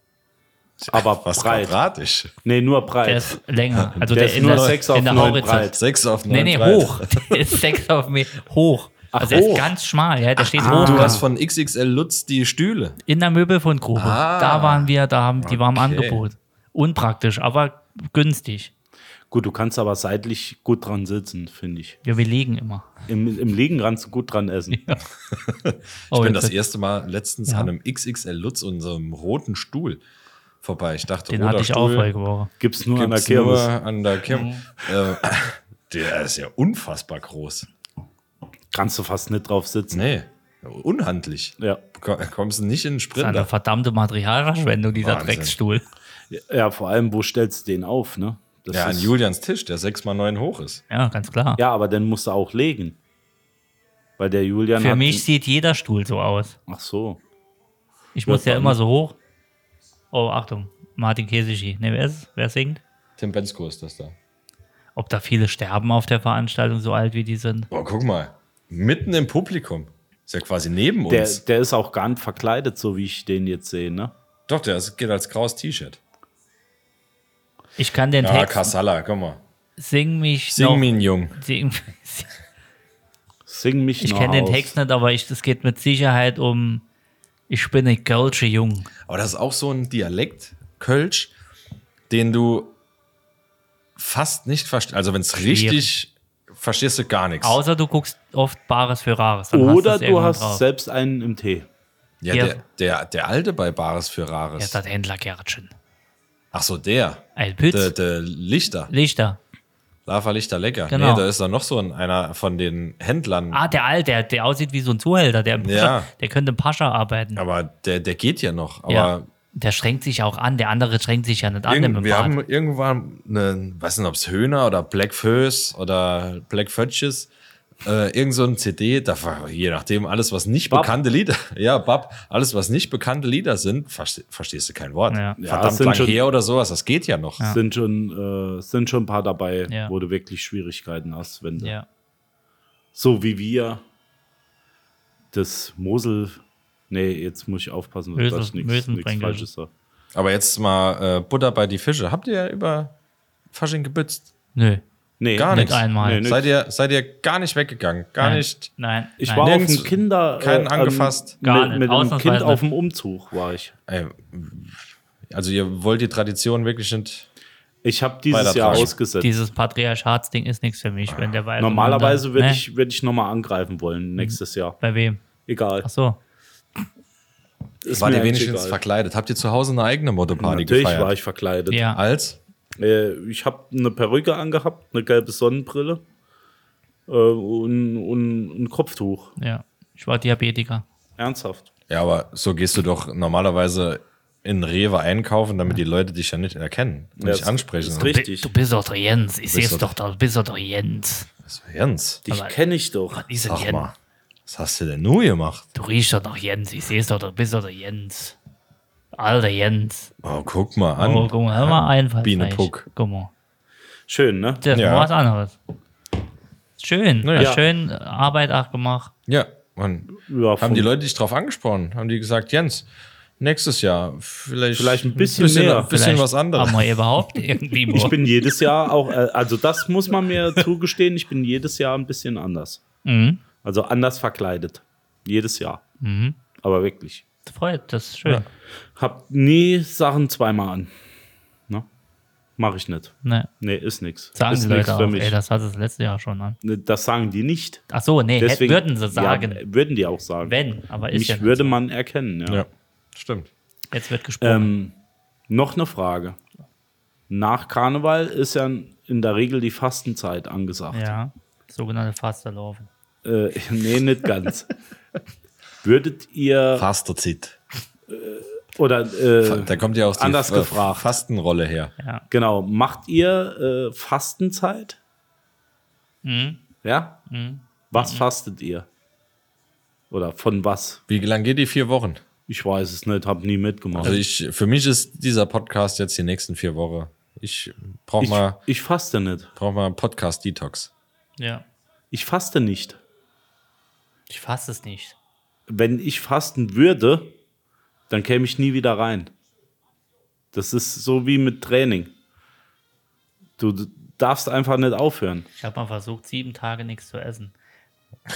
Speaker 5: Aber
Speaker 7: Was
Speaker 5: breit.
Speaker 7: quadratisch.
Speaker 5: Nee, nur breit.
Speaker 4: Der ist länger. Also
Speaker 5: Der
Speaker 4: der,
Speaker 5: ist
Speaker 4: in
Speaker 5: nur
Speaker 4: der,
Speaker 5: sechs
Speaker 4: in
Speaker 5: auf
Speaker 4: der
Speaker 5: neun
Speaker 4: Horizont.
Speaker 5: breit.
Speaker 7: Sechs auf
Speaker 4: Nee,
Speaker 7: neun
Speaker 4: nee,
Speaker 7: breit.
Speaker 4: hoch. Der ist sechs auf Meter. Hoch. also der
Speaker 5: hoch.
Speaker 4: ist ganz schmal, ja. Der steht hoch.
Speaker 7: Du hast von XXL Lutz die Stühle.
Speaker 4: In der Möbelfundgrube.
Speaker 7: Ah.
Speaker 4: da waren wir, da haben, die waren im
Speaker 7: Okay.
Speaker 4: Angebot. Unpraktisch, aber günstig.
Speaker 5: Gut, du kannst aber seitlich gut dran sitzen, finde ich.
Speaker 4: Ja, wir liegen immer.
Speaker 5: Im, Im Liegen kannst du gut dran essen.
Speaker 4: Oh,
Speaker 7: ich
Speaker 4: jetzt
Speaker 7: bin das
Speaker 4: wird-
Speaker 7: erste Mal letztens
Speaker 4: Ja.
Speaker 7: an einem XXL Lutz, unserem roten Stuhl, vorbei. Ich dachte,
Speaker 4: den
Speaker 7: roter
Speaker 4: hatte ich auch
Speaker 7: Stuhl
Speaker 4: vorige Woche.
Speaker 5: Gibt's nur an der
Speaker 7: gibt's nur
Speaker 5: Kirmes.
Speaker 7: an der Kirmes.
Speaker 4: Mhm.
Speaker 7: Äh, der ist ja unfassbar groß.
Speaker 5: Kannst du fast nicht drauf sitzen.
Speaker 7: Nee, unhandlich.
Speaker 5: Ja.
Speaker 7: Ko- Kommst du nicht in den
Speaker 4: Das ist eine
Speaker 7: Sprinter.
Speaker 4: verdammte Materialverschwendung, dieser
Speaker 7: Wahnsinn.
Speaker 4: Drecksstuhl.
Speaker 5: ja, vor allem, wo stellst du den auf, ne? Das
Speaker 7: Ja, an
Speaker 5: ist-
Speaker 7: Julians Tisch, der 6x9 hoch ist.
Speaker 4: Ja, ganz klar.
Speaker 5: ja, aber den musst du auch legen. Weil der Julian
Speaker 4: Für
Speaker 5: hat
Speaker 4: mich sieht jeder Stuhl so aus.
Speaker 5: Ach so.
Speaker 4: Ich muss ja
Speaker 5: dann-
Speaker 4: immer so hoch. Oh, Achtung. Martin Kesici. Ne, wer ist? Wer singt?
Speaker 7: Tim Bensko ist das da.
Speaker 4: Ob da viele sterben auf der Veranstaltung, so alt wie die sind?
Speaker 7: Boah, guck mal. Mitten im Publikum. Ist ja quasi neben
Speaker 5: Der,
Speaker 7: uns.
Speaker 5: der ist auch gar nicht verkleidet, so wie ich den jetzt sehe, ne?
Speaker 7: Doch, der ist- geht als graues T-Shirt.
Speaker 4: Ich kann den
Speaker 7: Ja,
Speaker 4: Text.
Speaker 7: Kassala, guck mal.
Speaker 4: Sing mich
Speaker 7: Sing
Speaker 4: noch.
Speaker 7: me einen Jung.
Speaker 4: Sing,
Speaker 5: Sing mich
Speaker 4: Ich
Speaker 5: nur
Speaker 4: kenne den
Speaker 5: aus.
Speaker 4: Text nicht, aber ich- es geht mit Sicherheit um Ich bin ein Gölsche Jung.
Speaker 7: Aber das ist auch so ein Dialekt, Kölsch, den du fast nicht verstehst. Also, wenn es richtig, verstehst du gar nichts.
Speaker 4: Außer du guckst oft Bares für Rares. Dann
Speaker 5: Oder
Speaker 4: hast du's
Speaker 5: du
Speaker 4: irgendwann
Speaker 5: hast
Speaker 4: drauf.
Speaker 5: selbst einen im Tee.
Speaker 7: Ja,
Speaker 4: Ja.
Speaker 7: der, der, der alte bei Bares für Rares.
Speaker 4: Jetzt hat Händler Gärtchen.
Speaker 7: Ach so, der.
Speaker 4: Ein
Speaker 7: Der,
Speaker 4: Pütz.
Speaker 7: der Lichter.
Speaker 4: Lichter.
Speaker 7: Lava Lichter Lecker.
Speaker 4: Genau.
Speaker 7: Nee, da ist da noch so ein, einer von den Händlern.
Speaker 4: Ah, der Alte, der, der aussieht wie so ein Zuhälter. Der, im
Speaker 7: Ja.
Speaker 4: Pascha, der könnte im Pascha arbeiten.
Speaker 7: Aber der, der geht ja noch. Aber
Speaker 4: ja. Der strengt sich auch an. Der andere strengt sich ja nicht an.
Speaker 7: irgend-
Speaker 4: Im
Speaker 7: wir
Speaker 4: Bad.
Speaker 7: haben irgendwann, eine, weiß nicht, ob es Höhner oder Black Föß oder Black Fötches, äh, irgend so ein CD, da war je nachdem alles, was nicht
Speaker 5: Bab.
Speaker 7: bekannte Lieder, ja, Bab, alles, was nicht bekannte Lieder sind, verste, verstehst du kein Wort.
Speaker 4: Ja.
Speaker 5: Ja,
Speaker 7: Verdammt
Speaker 5: sind
Speaker 7: lang
Speaker 5: schon-
Speaker 7: her oder sowas, das geht ja noch.
Speaker 5: Sind, schon, äh, sind schon ein paar dabei,
Speaker 4: Ja.
Speaker 5: wo du wirklich Schwierigkeiten hast, wenn du,
Speaker 4: ja.
Speaker 5: so wie wir das Mosel. Nee, jetzt muss ich aufpassen, dass
Speaker 4: Mösen-
Speaker 5: ich nichts-
Speaker 4: Mösenbrinkel.
Speaker 5: nichts Falsches sage.
Speaker 7: Aber jetzt mal äh, Butter bei die Fische. Habt ihr über Fasching gebitzt?
Speaker 4: Nö.
Speaker 5: Nee,
Speaker 7: Gar
Speaker 4: Nicht
Speaker 7: nichts.
Speaker 4: einmal.
Speaker 5: Nee, nix.
Speaker 7: Seid ihr, seid ihr gar nicht weggegangen? Gar
Speaker 4: Nein.
Speaker 7: nicht.
Speaker 4: Nein.
Speaker 5: Ich
Speaker 4: nein.
Speaker 5: war auf
Speaker 7: Nirgends-
Speaker 5: dem Kinder.
Speaker 7: keinen angefasst.
Speaker 5: Mit,
Speaker 4: Gar nicht,
Speaker 5: mit einem
Speaker 4: ausnahmsweise
Speaker 5: Kind
Speaker 4: nicht.
Speaker 5: auf dem Umzug war ich.
Speaker 7: Ey, äh, also ihr wollt die Tradition wirklich nicht.
Speaker 5: Ich habe dieses
Speaker 7: Weiter
Speaker 5: Jahr
Speaker 7: tragen.
Speaker 5: ausgesetzt.
Speaker 4: Dieses Patriarchatsding ist nichts für mich, wenn der weiß.
Speaker 5: Normalerweise würde
Speaker 4: ne?
Speaker 5: ich, würd ich nochmal angreifen wollen nächstes Jahr.
Speaker 4: Bei wem?
Speaker 5: Egal.
Speaker 4: Mhm. Ach so.
Speaker 5: Ist
Speaker 7: War
Speaker 5: mir
Speaker 7: ihr
Speaker 5: eigentlich
Speaker 7: wenigstens
Speaker 5: egal.
Speaker 7: verkleidet? Habt ihr zu Hause eine eigene Motto-Party
Speaker 5: Natürlich
Speaker 7: gefeiert?
Speaker 5: war ich verkleidet.
Speaker 4: Ja.
Speaker 7: Als?
Speaker 5: Äh, ich habe eine Perücke angehabt, eine gelbe Sonnenbrille äh, und, und ein Kopftuch.
Speaker 4: Ja. Ich war Diabetiker.
Speaker 5: Ernsthaft.
Speaker 7: Ja, aber so gehst du doch normalerweise in Rewe einkaufen, damit die Leute dich ja nicht erkennen und
Speaker 5: Ja,
Speaker 7: dich
Speaker 5: das-
Speaker 7: ansprechen.
Speaker 5: das ist
Speaker 7: Und
Speaker 5: richtig.
Speaker 4: Du bist doch der Jens. Ich sehe es
Speaker 7: doch-
Speaker 4: doch. da- Du bist doch der Jens.
Speaker 7: das ist Jens,
Speaker 5: Dich
Speaker 4: Aber-
Speaker 5: kenne ich doch.
Speaker 4: Dieser
Speaker 7: sag
Speaker 4: Jens.
Speaker 7: mal, was hast du denn nur gemacht?
Speaker 4: Du riechst doch nach Jens. Ich sehe es doch. Du bist doch der Jens. Alter Jens.
Speaker 7: Oh, guck mal an.
Speaker 4: Oh, guck mal, hör mal einfach.
Speaker 7: Biene Puck.
Speaker 4: Guck mal.
Speaker 5: Schön, ne?
Speaker 4: Das
Speaker 7: Ja.
Speaker 4: war was anderes. Schön.
Speaker 7: Naja.
Speaker 4: Ja. Schön äh, Arbeit auch gemacht.
Speaker 7: Ja, man.
Speaker 5: Ja,
Speaker 7: Haben
Speaker 5: von-
Speaker 7: die Leute dich drauf angesprochen? Haben die gesagt, Jens, nächstes Jahr vielleicht,
Speaker 5: Vielleicht ein bisschen mehr.
Speaker 7: ein bisschen
Speaker 4: Vielleicht
Speaker 7: was anderes.
Speaker 4: Haben wir überhaupt irgendwie
Speaker 5: ich bin jedes Jahr auch, äh, also das muss man mir zugestehen, ich bin jedes Jahr ein bisschen anders.
Speaker 4: Mhm.
Speaker 5: Also anders verkleidet. Jedes Jahr. Aber wirklich.
Speaker 4: Das freut, das ist schön.
Speaker 7: Ja.
Speaker 5: Hab nie Sachen zweimal an. Ne? Mach ich nicht.
Speaker 4: Ne.
Speaker 5: Nee, ist nix.
Speaker 4: Sagen
Speaker 5: ist
Speaker 4: die
Speaker 5: nix
Speaker 4: Leute
Speaker 5: für
Speaker 4: auch,
Speaker 5: mich.
Speaker 4: ey, das hat es letztes Jahr schon an.
Speaker 5: Ne, das sagen die nicht.
Speaker 4: Ach so, nee, hätt-
Speaker 5: Deswegen,
Speaker 4: würden sie sagen,
Speaker 5: Ja, würden die auch sagen.
Speaker 4: wenn, aber ist
Speaker 5: Mich
Speaker 4: ja nicht so.
Speaker 5: würde man erkennen, ja.
Speaker 7: Ja, stimmt.
Speaker 4: Jetzt wird gesprochen.
Speaker 5: Ähm, noch eine Frage. Nach Karneval ist ja in der Regel die Fastenzeit angesagt.
Speaker 4: ja, sogenannte Fasterlaufen.
Speaker 5: Äh, nee, nicht ganz. Würdet ihr
Speaker 7: Fasterzit.
Speaker 5: oder
Speaker 7: Da
Speaker 5: äh,
Speaker 7: kommt ja auch die
Speaker 5: Anders
Speaker 7: Fa-
Speaker 5: gefragt.
Speaker 7: Fastenrolle her.
Speaker 5: genau, macht ihr äh, Fastenzeit?
Speaker 4: Mhm.
Speaker 5: Ja? Was fastet ihr? Oder von was?
Speaker 7: Wie lange geht die? Vier Wochen?
Speaker 5: Ich weiß es nicht, habe nie mitgemacht.
Speaker 7: Also ich, für mich ist dieser Podcast jetzt die nächsten vier Wochen. Ich brauche
Speaker 5: ich,
Speaker 7: mal,
Speaker 5: ich faste nicht.
Speaker 7: brauch mal einen Podcast-Detox.
Speaker 4: Ja.
Speaker 5: Ich faste nicht.
Speaker 4: Ich fasse es nicht.
Speaker 5: wenn ich fasten würde, dann käme ich nie wieder rein. Das ist so wie mit Training. Du d- darfst einfach nicht aufhören.
Speaker 4: Ich habe mal versucht, sieben Tage nichts zu essen.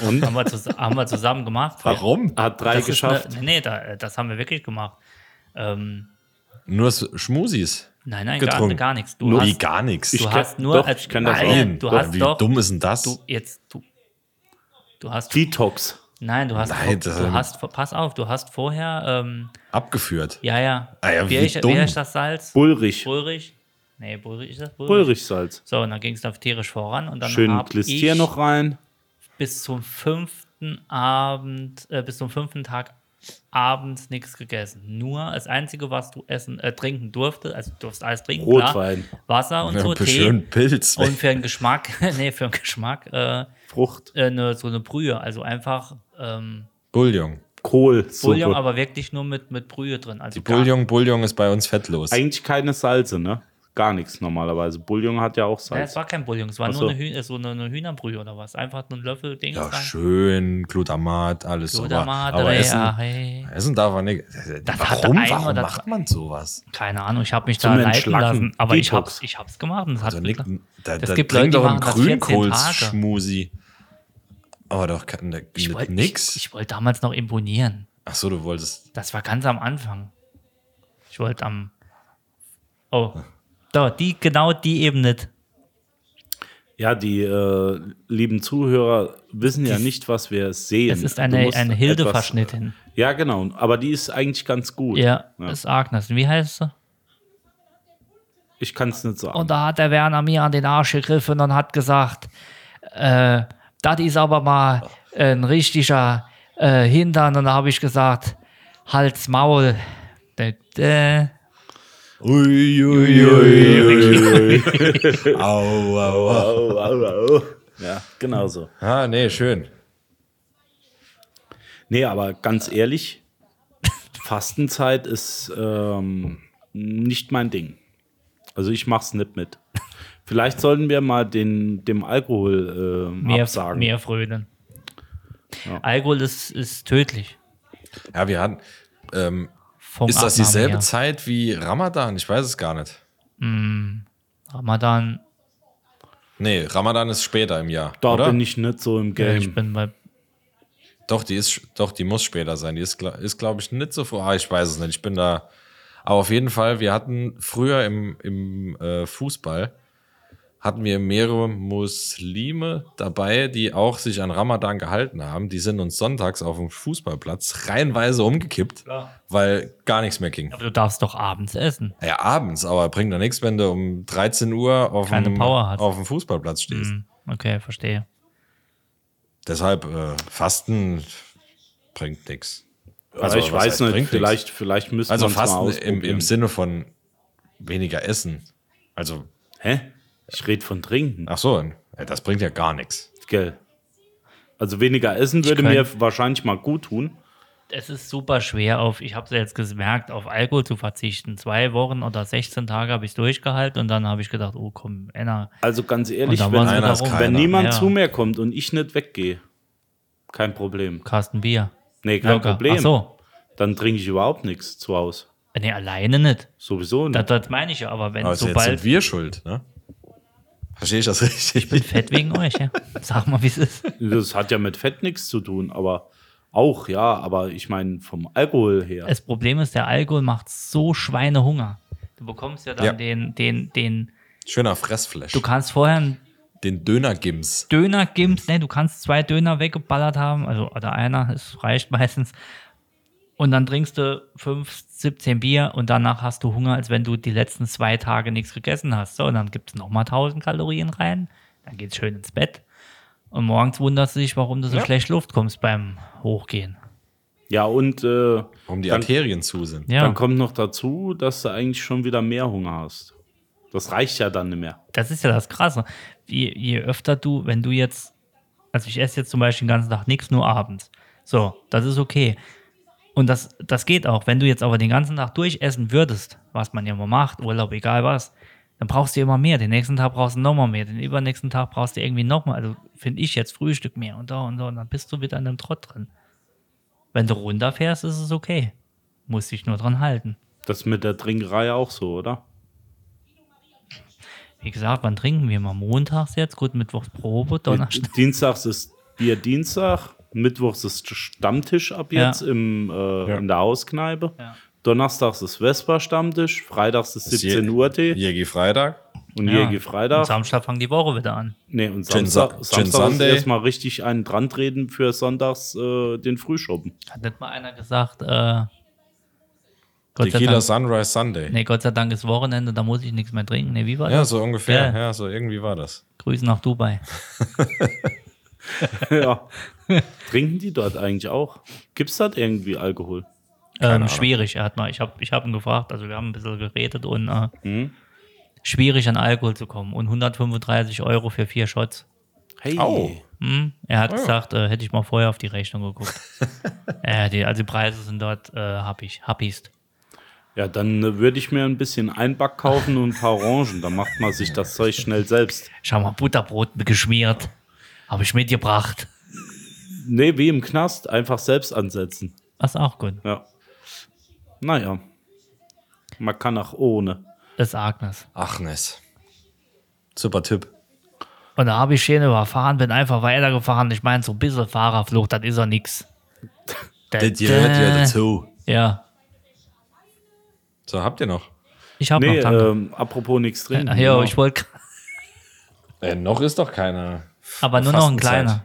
Speaker 5: Und
Speaker 4: Haben wir, zus haben wir zusammen gemacht.
Speaker 7: Warum?
Speaker 5: hat drei
Speaker 4: das ist
Speaker 5: geschafft.
Speaker 4: Eine, nee, da, äh, das haben wir wirklich gemacht. Ähm,
Speaker 7: Nur S- Schmusis.
Speaker 4: nein, nein,
Speaker 7: Getrunken.
Speaker 4: gar, gar nichts. Du
Speaker 7: Nur
Speaker 4: hast,
Speaker 7: wie gar nichts.
Speaker 5: Ich
Speaker 4: du
Speaker 5: kenn-
Speaker 4: hast nur
Speaker 5: doch,
Speaker 4: als
Speaker 5: ich kenn das
Speaker 4: Nein,
Speaker 7: Nein.
Speaker 4: Du hast
Speaker 7: Wie
Speaker 4: doch
Speaker 7: dumm ist denn das?
Speaker 4: du jetzt du, du hast
Speaker 5: Detox.
Speaker 4: nein, du hast
Speaker 7: Nein, das-
Speaker 4: du hast pass auf, du hast vorher ähm,
Speaker 7: Abgeführt.
Speaker 4: ja ja,
Speaker 7: Ah ja, wie
Speaker 4: wer, ist,
Speaker 7: dumm.
Speaker 4: wer ist das Salz?
Speaker 5: Bullrich.
Speaker 4: Bullrich? Nee, Bullrich ist das
Speaker 5: Bullrichsalz.
Speaker 4: So, und dann ging es auf tierisch voran und dann
Speaker 5: Schön
Speaker 4: hab
Speaker 5: Glistier
Speaker 4: ich
Speaker 5: noch rein.
Speaker 4: bis zum fünften Abend, äh, bis zum fünften Tag abends nichts gegessen. Nur das einzige, was du essen, äh, trinken durfte, also du durfst alles trinken,
Speaker 5: Rotwein.
Speaker 4: klar, Wasser und so
Speaker 7: Ja,
Speaker 4: Tee.
Speaker 7: schön Pilz.
Speaker 4: Und für den Geschmack, nee, für den Geschmack äh,
Speaker 5: Frucht.
Speaker 4: äh, ne, so eine Brühe, also einfach ähm,
Speaker 7: Bouillon.
Speaker 4: Bouillon,
Speaker 5: Kohlsuppe.
Speaker 4: aber wirklich nur mit, mit Brühe drin. Also
Speaker 7: Die
Speaker 4: gar-
Speaker 7: Bouillon, Bouillon ist bei uns fettlos.
Speaker 5: Eigentlich keine Salze, ne? Gar nichts normalerweise. Bouillon hat ja auch
Speaker 4: Ja, es
Speaker 5: Salz.
Speaker 4: war kein Bouillon, es war
Speaker 5: Ach
Speaker 4: nur
Speaker 5: so.
Speaker 4: eine, Hühn äh, so eine, eine Hühnerbrühe oder was. Einfach nur ein Löffel Ding.
Speaker 7: Ja,
Speaker 4: rein.
Speaker 7: schön, Glutamat, alles so.
Speaker 4: Oder
Speaker 7: Aber,
Speaker 4: Madre,
Speaker 7: aber
Speaker 4: äh, ja,
Speaker 7: essen,
Speaker 4: hey.
Speaker 7: essen darf man nicht.
Speaker 4: hat
Speaker 7: Warum,
Speaker 4: ein
Speaker 7: warum
Speaker 4: oder
Speaker 7: macht man sowas?
Speaker 4: Keine Ahnung, ich habe mich
Speaker 5: Zum
Speaker 4: da leiten
Speaker 5: Entschlacken.
Speaker 4: lassen, aber ich
Speaker 5: Detox.
Speaker 4: hab's, ich hab's gemacht und es hat
Speaker 7: Also nicht,
Speaker 4: geklappt.
Speaker 7: da,
Speaker 4: Es
Speaker 7: da
Speaker 4: gibt
Speaker 7: trink
Speaker 4: Leute, die
Speaker 7: doch einen
Speaker 4: machen das 14 Tage.
Speaker 7: Grünkohlsschmusi. Aber doch kann, da,
Speaker 4: ich
Speaker 7: mit
Speaker 4: wollte
Speaker 7: nix.
Speaker 4: ich, ich wollte damals noch imponieren.
Speaker 7: Ach so, du wolltest.
Speaker 4: Das war ganz am Anfang. Ich wollte am Oh, da, die genau die eben nicht.
Speaker 5: Ja, die äh, lieben Zuhörer wissen ja nicht, was wir sehen.
Speaker 4: Es ist
Speaker 5: Du
Speaker 4: eine,
Speaker 5: musst
Speaker 4: eine
Speaker 5: etwas-
Speaker 4: Hilde-Verschnittin.
Speaker 5: Ja, genau. Aber die ist eigentlich ganz gut.
Speaker 4: Ja,
Speaker 5: Ja.
Speaker 4: ist Agnes. Wie heißt sie?
Speaker 5: Ich kann es nicht sagen.
Speaker 4: Und da hat der Werner mir an den Arsch gegriffen und hat gesagt, äh, das ist aber mal ein richtiger äh, Hintern. Und da habe ich gesagt, halt's Maul. Dä, dä.
Speaker 7: Uiuiuiui. au, au, au.
Speaker 5: Au, au,
Speaker 7: oh,
Speaker 5: au. Ja, genau so.
Speaker 7: Ah, nee, schön.
Speaker 5: Nee, aber ganz ehrlich, Fastenzeit ist ähm, nicht mein Ding. Also ich mach's nicht mit. Vielleicht sollten wir mal den, dem Alkohol ähm,
Speaker 4: Mehr,
Speaker 5: absagen.
Speaker 4: mehr frönen. Alkohol ist, ist tödlich.
Speaker 7: Ja, wir hatten. Ähm,
Speaker 4: Vom
Speaker 7: Ist das
Speaker 4: Abnahmen
Speaker 7: dieselbe
Speaker 4: her.
Speaker 7: Zeit wie Ramadan? Ich weiß es gar nicht.
Speaker 4: Ramadan, äh,
Speaker 7: Nee, Ramadan ist später im Jahr,
Speaker 5: Da
Speaker 7: oder?
Speaker 5: bin ich nicht so im
Speaker 4: äh,
Speaker 5: Game.
Speaker 4: ich bin bei
Speaker 7: Doch, die ist, doch, die muss später sein. Die ist, gla- ist glaube ich, nicht so vor. Ah, ich weiß es nicht. Ich bin da. Aber auf jeden Fall, wir hatten früher im, im äh, Fußball, hatten wir mehrere Muslime dabei, die auch sich an Ramadan gehalten haben. Die sind uns sonntags auf dem Fußballplatz reihenweise umgekippt, weil gar nichts mehr ging.
Speaker 4: Aber du darfst doch abends essen.
Speaker 7: Ja, abends, aber bringt doch nichts, wenn du um 13 Uhr auf,
Speaker 4: Keine
Speaker 7: dem,
Speaker 4: Power hast.
Speaker 7: auf dem Fußballplatz stehst.
Speaker 4: Hm, Okay, verstehe.
Speaker 7: Deshalb, äh, Fasten bringt nichts.
Speaker 5: also ich
Speaker 7: was
Speaker 5: weiß
Speaker 7: heißt,
Speaker 5: nicht,
Speaker 7: bringt nichts?
Speaker 5: vielleicht, vielleicht müsste
Speaker 7: Also
Speaker 5: man's mal
Speaker 7: Fasten im, im
Speaker 5: ausprobieren.
Speaker 7: Sinne von weniger essen. Also,
Speaker 5: Hä? Ich rede von Trinken.
Speaker 7: ach so, ja, das bringt ja gar nichts.
Speaker 5: Gell. Also weniger essen würde
Speaker 4: könnt-
Speaker 5: mir wahrscheinlich mal gut tun.
Speaker 4: Es ist super schwer, auf, ich habe es jetzt gemerkt, auf Alkohol zu verzichten. Zwei Wochen oder 16 Tage habe ich es durchgehalten und dann habe ich gedacht, oh komm, Enna.
Speaker 5: Also ganz ehrlich,
Speaker 4: dann
Speaker 5: wenn,
Speaker 4: war's
Speaker 7: wieder rum.
Speaker 5: wenn
Speaker 7: Keiner.
Speaker 5: niemand
Speaker 4: Ja.
Speaker 5: zu mir kommt und ich nicht weggehe, kein Problem.
Speaker 4: Carsten Bier.
Speaker 5: Nee, kein
Speaker 4: Locker.
Speaker 5: Problem.
Speaker 4: Ach so.
Speaker 5: Dann trinke ich überhaupt nichts zu Hause.
Speaker 4: Nee, alleine nicht.
Speaker 5: Sowieso
Speaker 4: Das,
Speaker 5: nicht.
Speaker 4: das meine ich ja, aber wenn
Speaker 7: Also jetzt sind
Speaker 4: sobald.
Speaker 7: wir schuld, ne? Verstehe ich das richtig?
Speaker 4: Ich bin fett wegen euch, ja. Sag mal, wie es ist.
Speaker 5: Das hat ja mit Fett nichts zu tun, aber auch, ja, aber ich meine vom Alkohol her.
Speaker 4: Das Problem ist, der Alkohol macht so Schweinehunger. Du bekommst ja dann
Speaker 7: Ja.
Speaker 4: den, den, den.
Speaker 7: Schöner Fressflash.
Speaker 4: Du kannst vorher einen
Speaker 7: Den Döner-Gims.
Speaker 4: Döner Gims, ne, du kannst zwei Döner weggeballert haben, also oder einer, es reicht meistens. Und dann trinkst du 5, 17 Bier und danach hast du Hunger, als wenn du die letzten zwei Tage nichts gegessen hast. So, und dann gibt es nochmal 1000 Kalorien rein, dann geht's schön ins Bett. Und morgens wunderst du dich, warum du so schlecht Luft kommst beim Hochgehen.
Speaker 5: Ja, und äh,
Speaker 7: Warum die
Speaker 5: dann,
Speaker 7: Arterien zu sind.
Speaker 4: Ja,
Speaker 5: dann kommt noch dazu, dass du eigentlich schon wieder mehr Hunger hast. Das reicht ja dann nicht mehr.
Speaker 4: das ist ja das Krasse. Je, je öfter du, wenn du jetzt, also ich esse jetzt zum Beispiel den ganzen Tag nichts, nur abends. So, das ist okay. Und das, das geht auch. Wenn du jetzt aber den ganzen Tag durchessen würdest, was man ja immer macht, Urlaub, egal was, dann brauchst du immer mehr. Den nächsten Tag brauchst du nochmal mehr. Den übernächsten Tag brauchst du irgendwie nochmal. Also finde ich jetzt Frühstück mehr und da und da. Und dann bist du wieder in einem Trott drin. Wenn du runterfährst, ist es okay. Musst dich nur dran halten.
Speaker 5: Das ist mit der Trinkerei auch so, oder?
Speaker 4: Wie gesagt, wann trinken wir mal? Montags jetzt? Gut, Mittwochs Probe, Donnerstag.
Speaker 5: Dienstags ist Bier Dienstag, Mittwochs ist Stammtisch ab
Speaker 4: Ja.
Speaker 5: jetzt im, äh, in der Hauskneipe.
Speaker 4: Ja.
Speaker 5: Donnerstags ist Vesper-Stammtisch, Freitags ist
Speaker 7: Ist je-
Speaker 5: 17 Uhr Tee
Speaker 7: Jägi Freitag.
Speaker 5: und
Speaker 4: Ja.
Speaker 5: Jägi
Speaker 4: Am
Speaker 5: Freitag.
Speaker 4: Samstag fangen die Woche wieder an.
Speaker 5: Nee, und
Speaker 7: Gin
Speaker 5: Samstag,
Speaker 7: Sa-
Speaker 5: Samstag
Speaker 7: Gin
Speaker 5: ist
Speaker 7: Sunday.
Speaker 5: erstmal richtig einen dran treten für sonntags äh, den Frühschoppen.
Speaker 4: Hat nicht mal einer gesagt, äh, Gott sei,
Speaker 7: Tequila
Speaker 4: Dank,
Speaker 7: Sunrise Sunday.
Speaker 4: nee, Gott sei Dank ist Wochenende, da muss ich nichts mehr trinken. Nee, wie war
Speaker 7: Ja,
Speaker 4: das?
Speaker 7: so ungefähr.
Speaker 4: Ja.
Speaker 7: Ja. so irgendwie war das.
Speaker 4: Grüße nach Dubai.
Speaker 5: ja. Trinken die dort eigentlich auch? Gibt es dort irgendwie Alkohol?
Speaker 4: Ähm, schwierig, er hat mal, ich habe ich hab ihn gefragt, also wir haben ein bisschen geredet und äh,
Speaker 7: Hm?
Speaker 4: schwierig an Alkohol zu kommen und 135 Euro für vier Shots.
Speaker 5: Hey,
Speaker 7: Au.
Speaker 4: Hm? Er
Speaker 7: Oh
Speaker 4: hat gesagt, äh, hätte ich mal vorher auf die Rechnung geguckt. äh, die, also die Preise sind dort äh, happig, happigst.
Speaker 5: ja, dann äh, würde ich mir ein bisschen Einback kaufen und ein paar Orangen. Dann macht man sich das Zeug schnell selbst.
Speaker 4: Schau mal, Butterbrot geschmiert, habe ich mitgebracht.
Speaker 5: Nee, wie im Knast, einfach selbst ansetzen.
Speaker 4: Das ist auch gut.
Speaker 5: Ja. Naja. Man kann auch ohne.
Speaker 4: Das ist Agnes.
Speaker 7: Agnes. Super Tipp.
Speaker 4: Und da habe ich ihn überfahren, bin einfach weitergefahren. Ich meine, so ein bisschen Fahrerflucht, das ist ja nix. Da,
Speaker 7: Das gehört ja dazu.
Speaker 4: Ja,
Speaker 7: So, habt ihr noch?
Speaker 4: ich habe
Speaker 5: Nee,
Speaker 4: noch Tanke.
Speaker 5: ähm, apropos nichts trinken.
Speaker 4: Ach Äh, ja,
Speaker 5: genau.
Speaker 4: ich wollte,
Speaker 7: Äh, noch ist doch keiner.
Speaker 4: aber nur noch ein
Speaker 7: Fastenzeit.
Speaker 4: kleiner.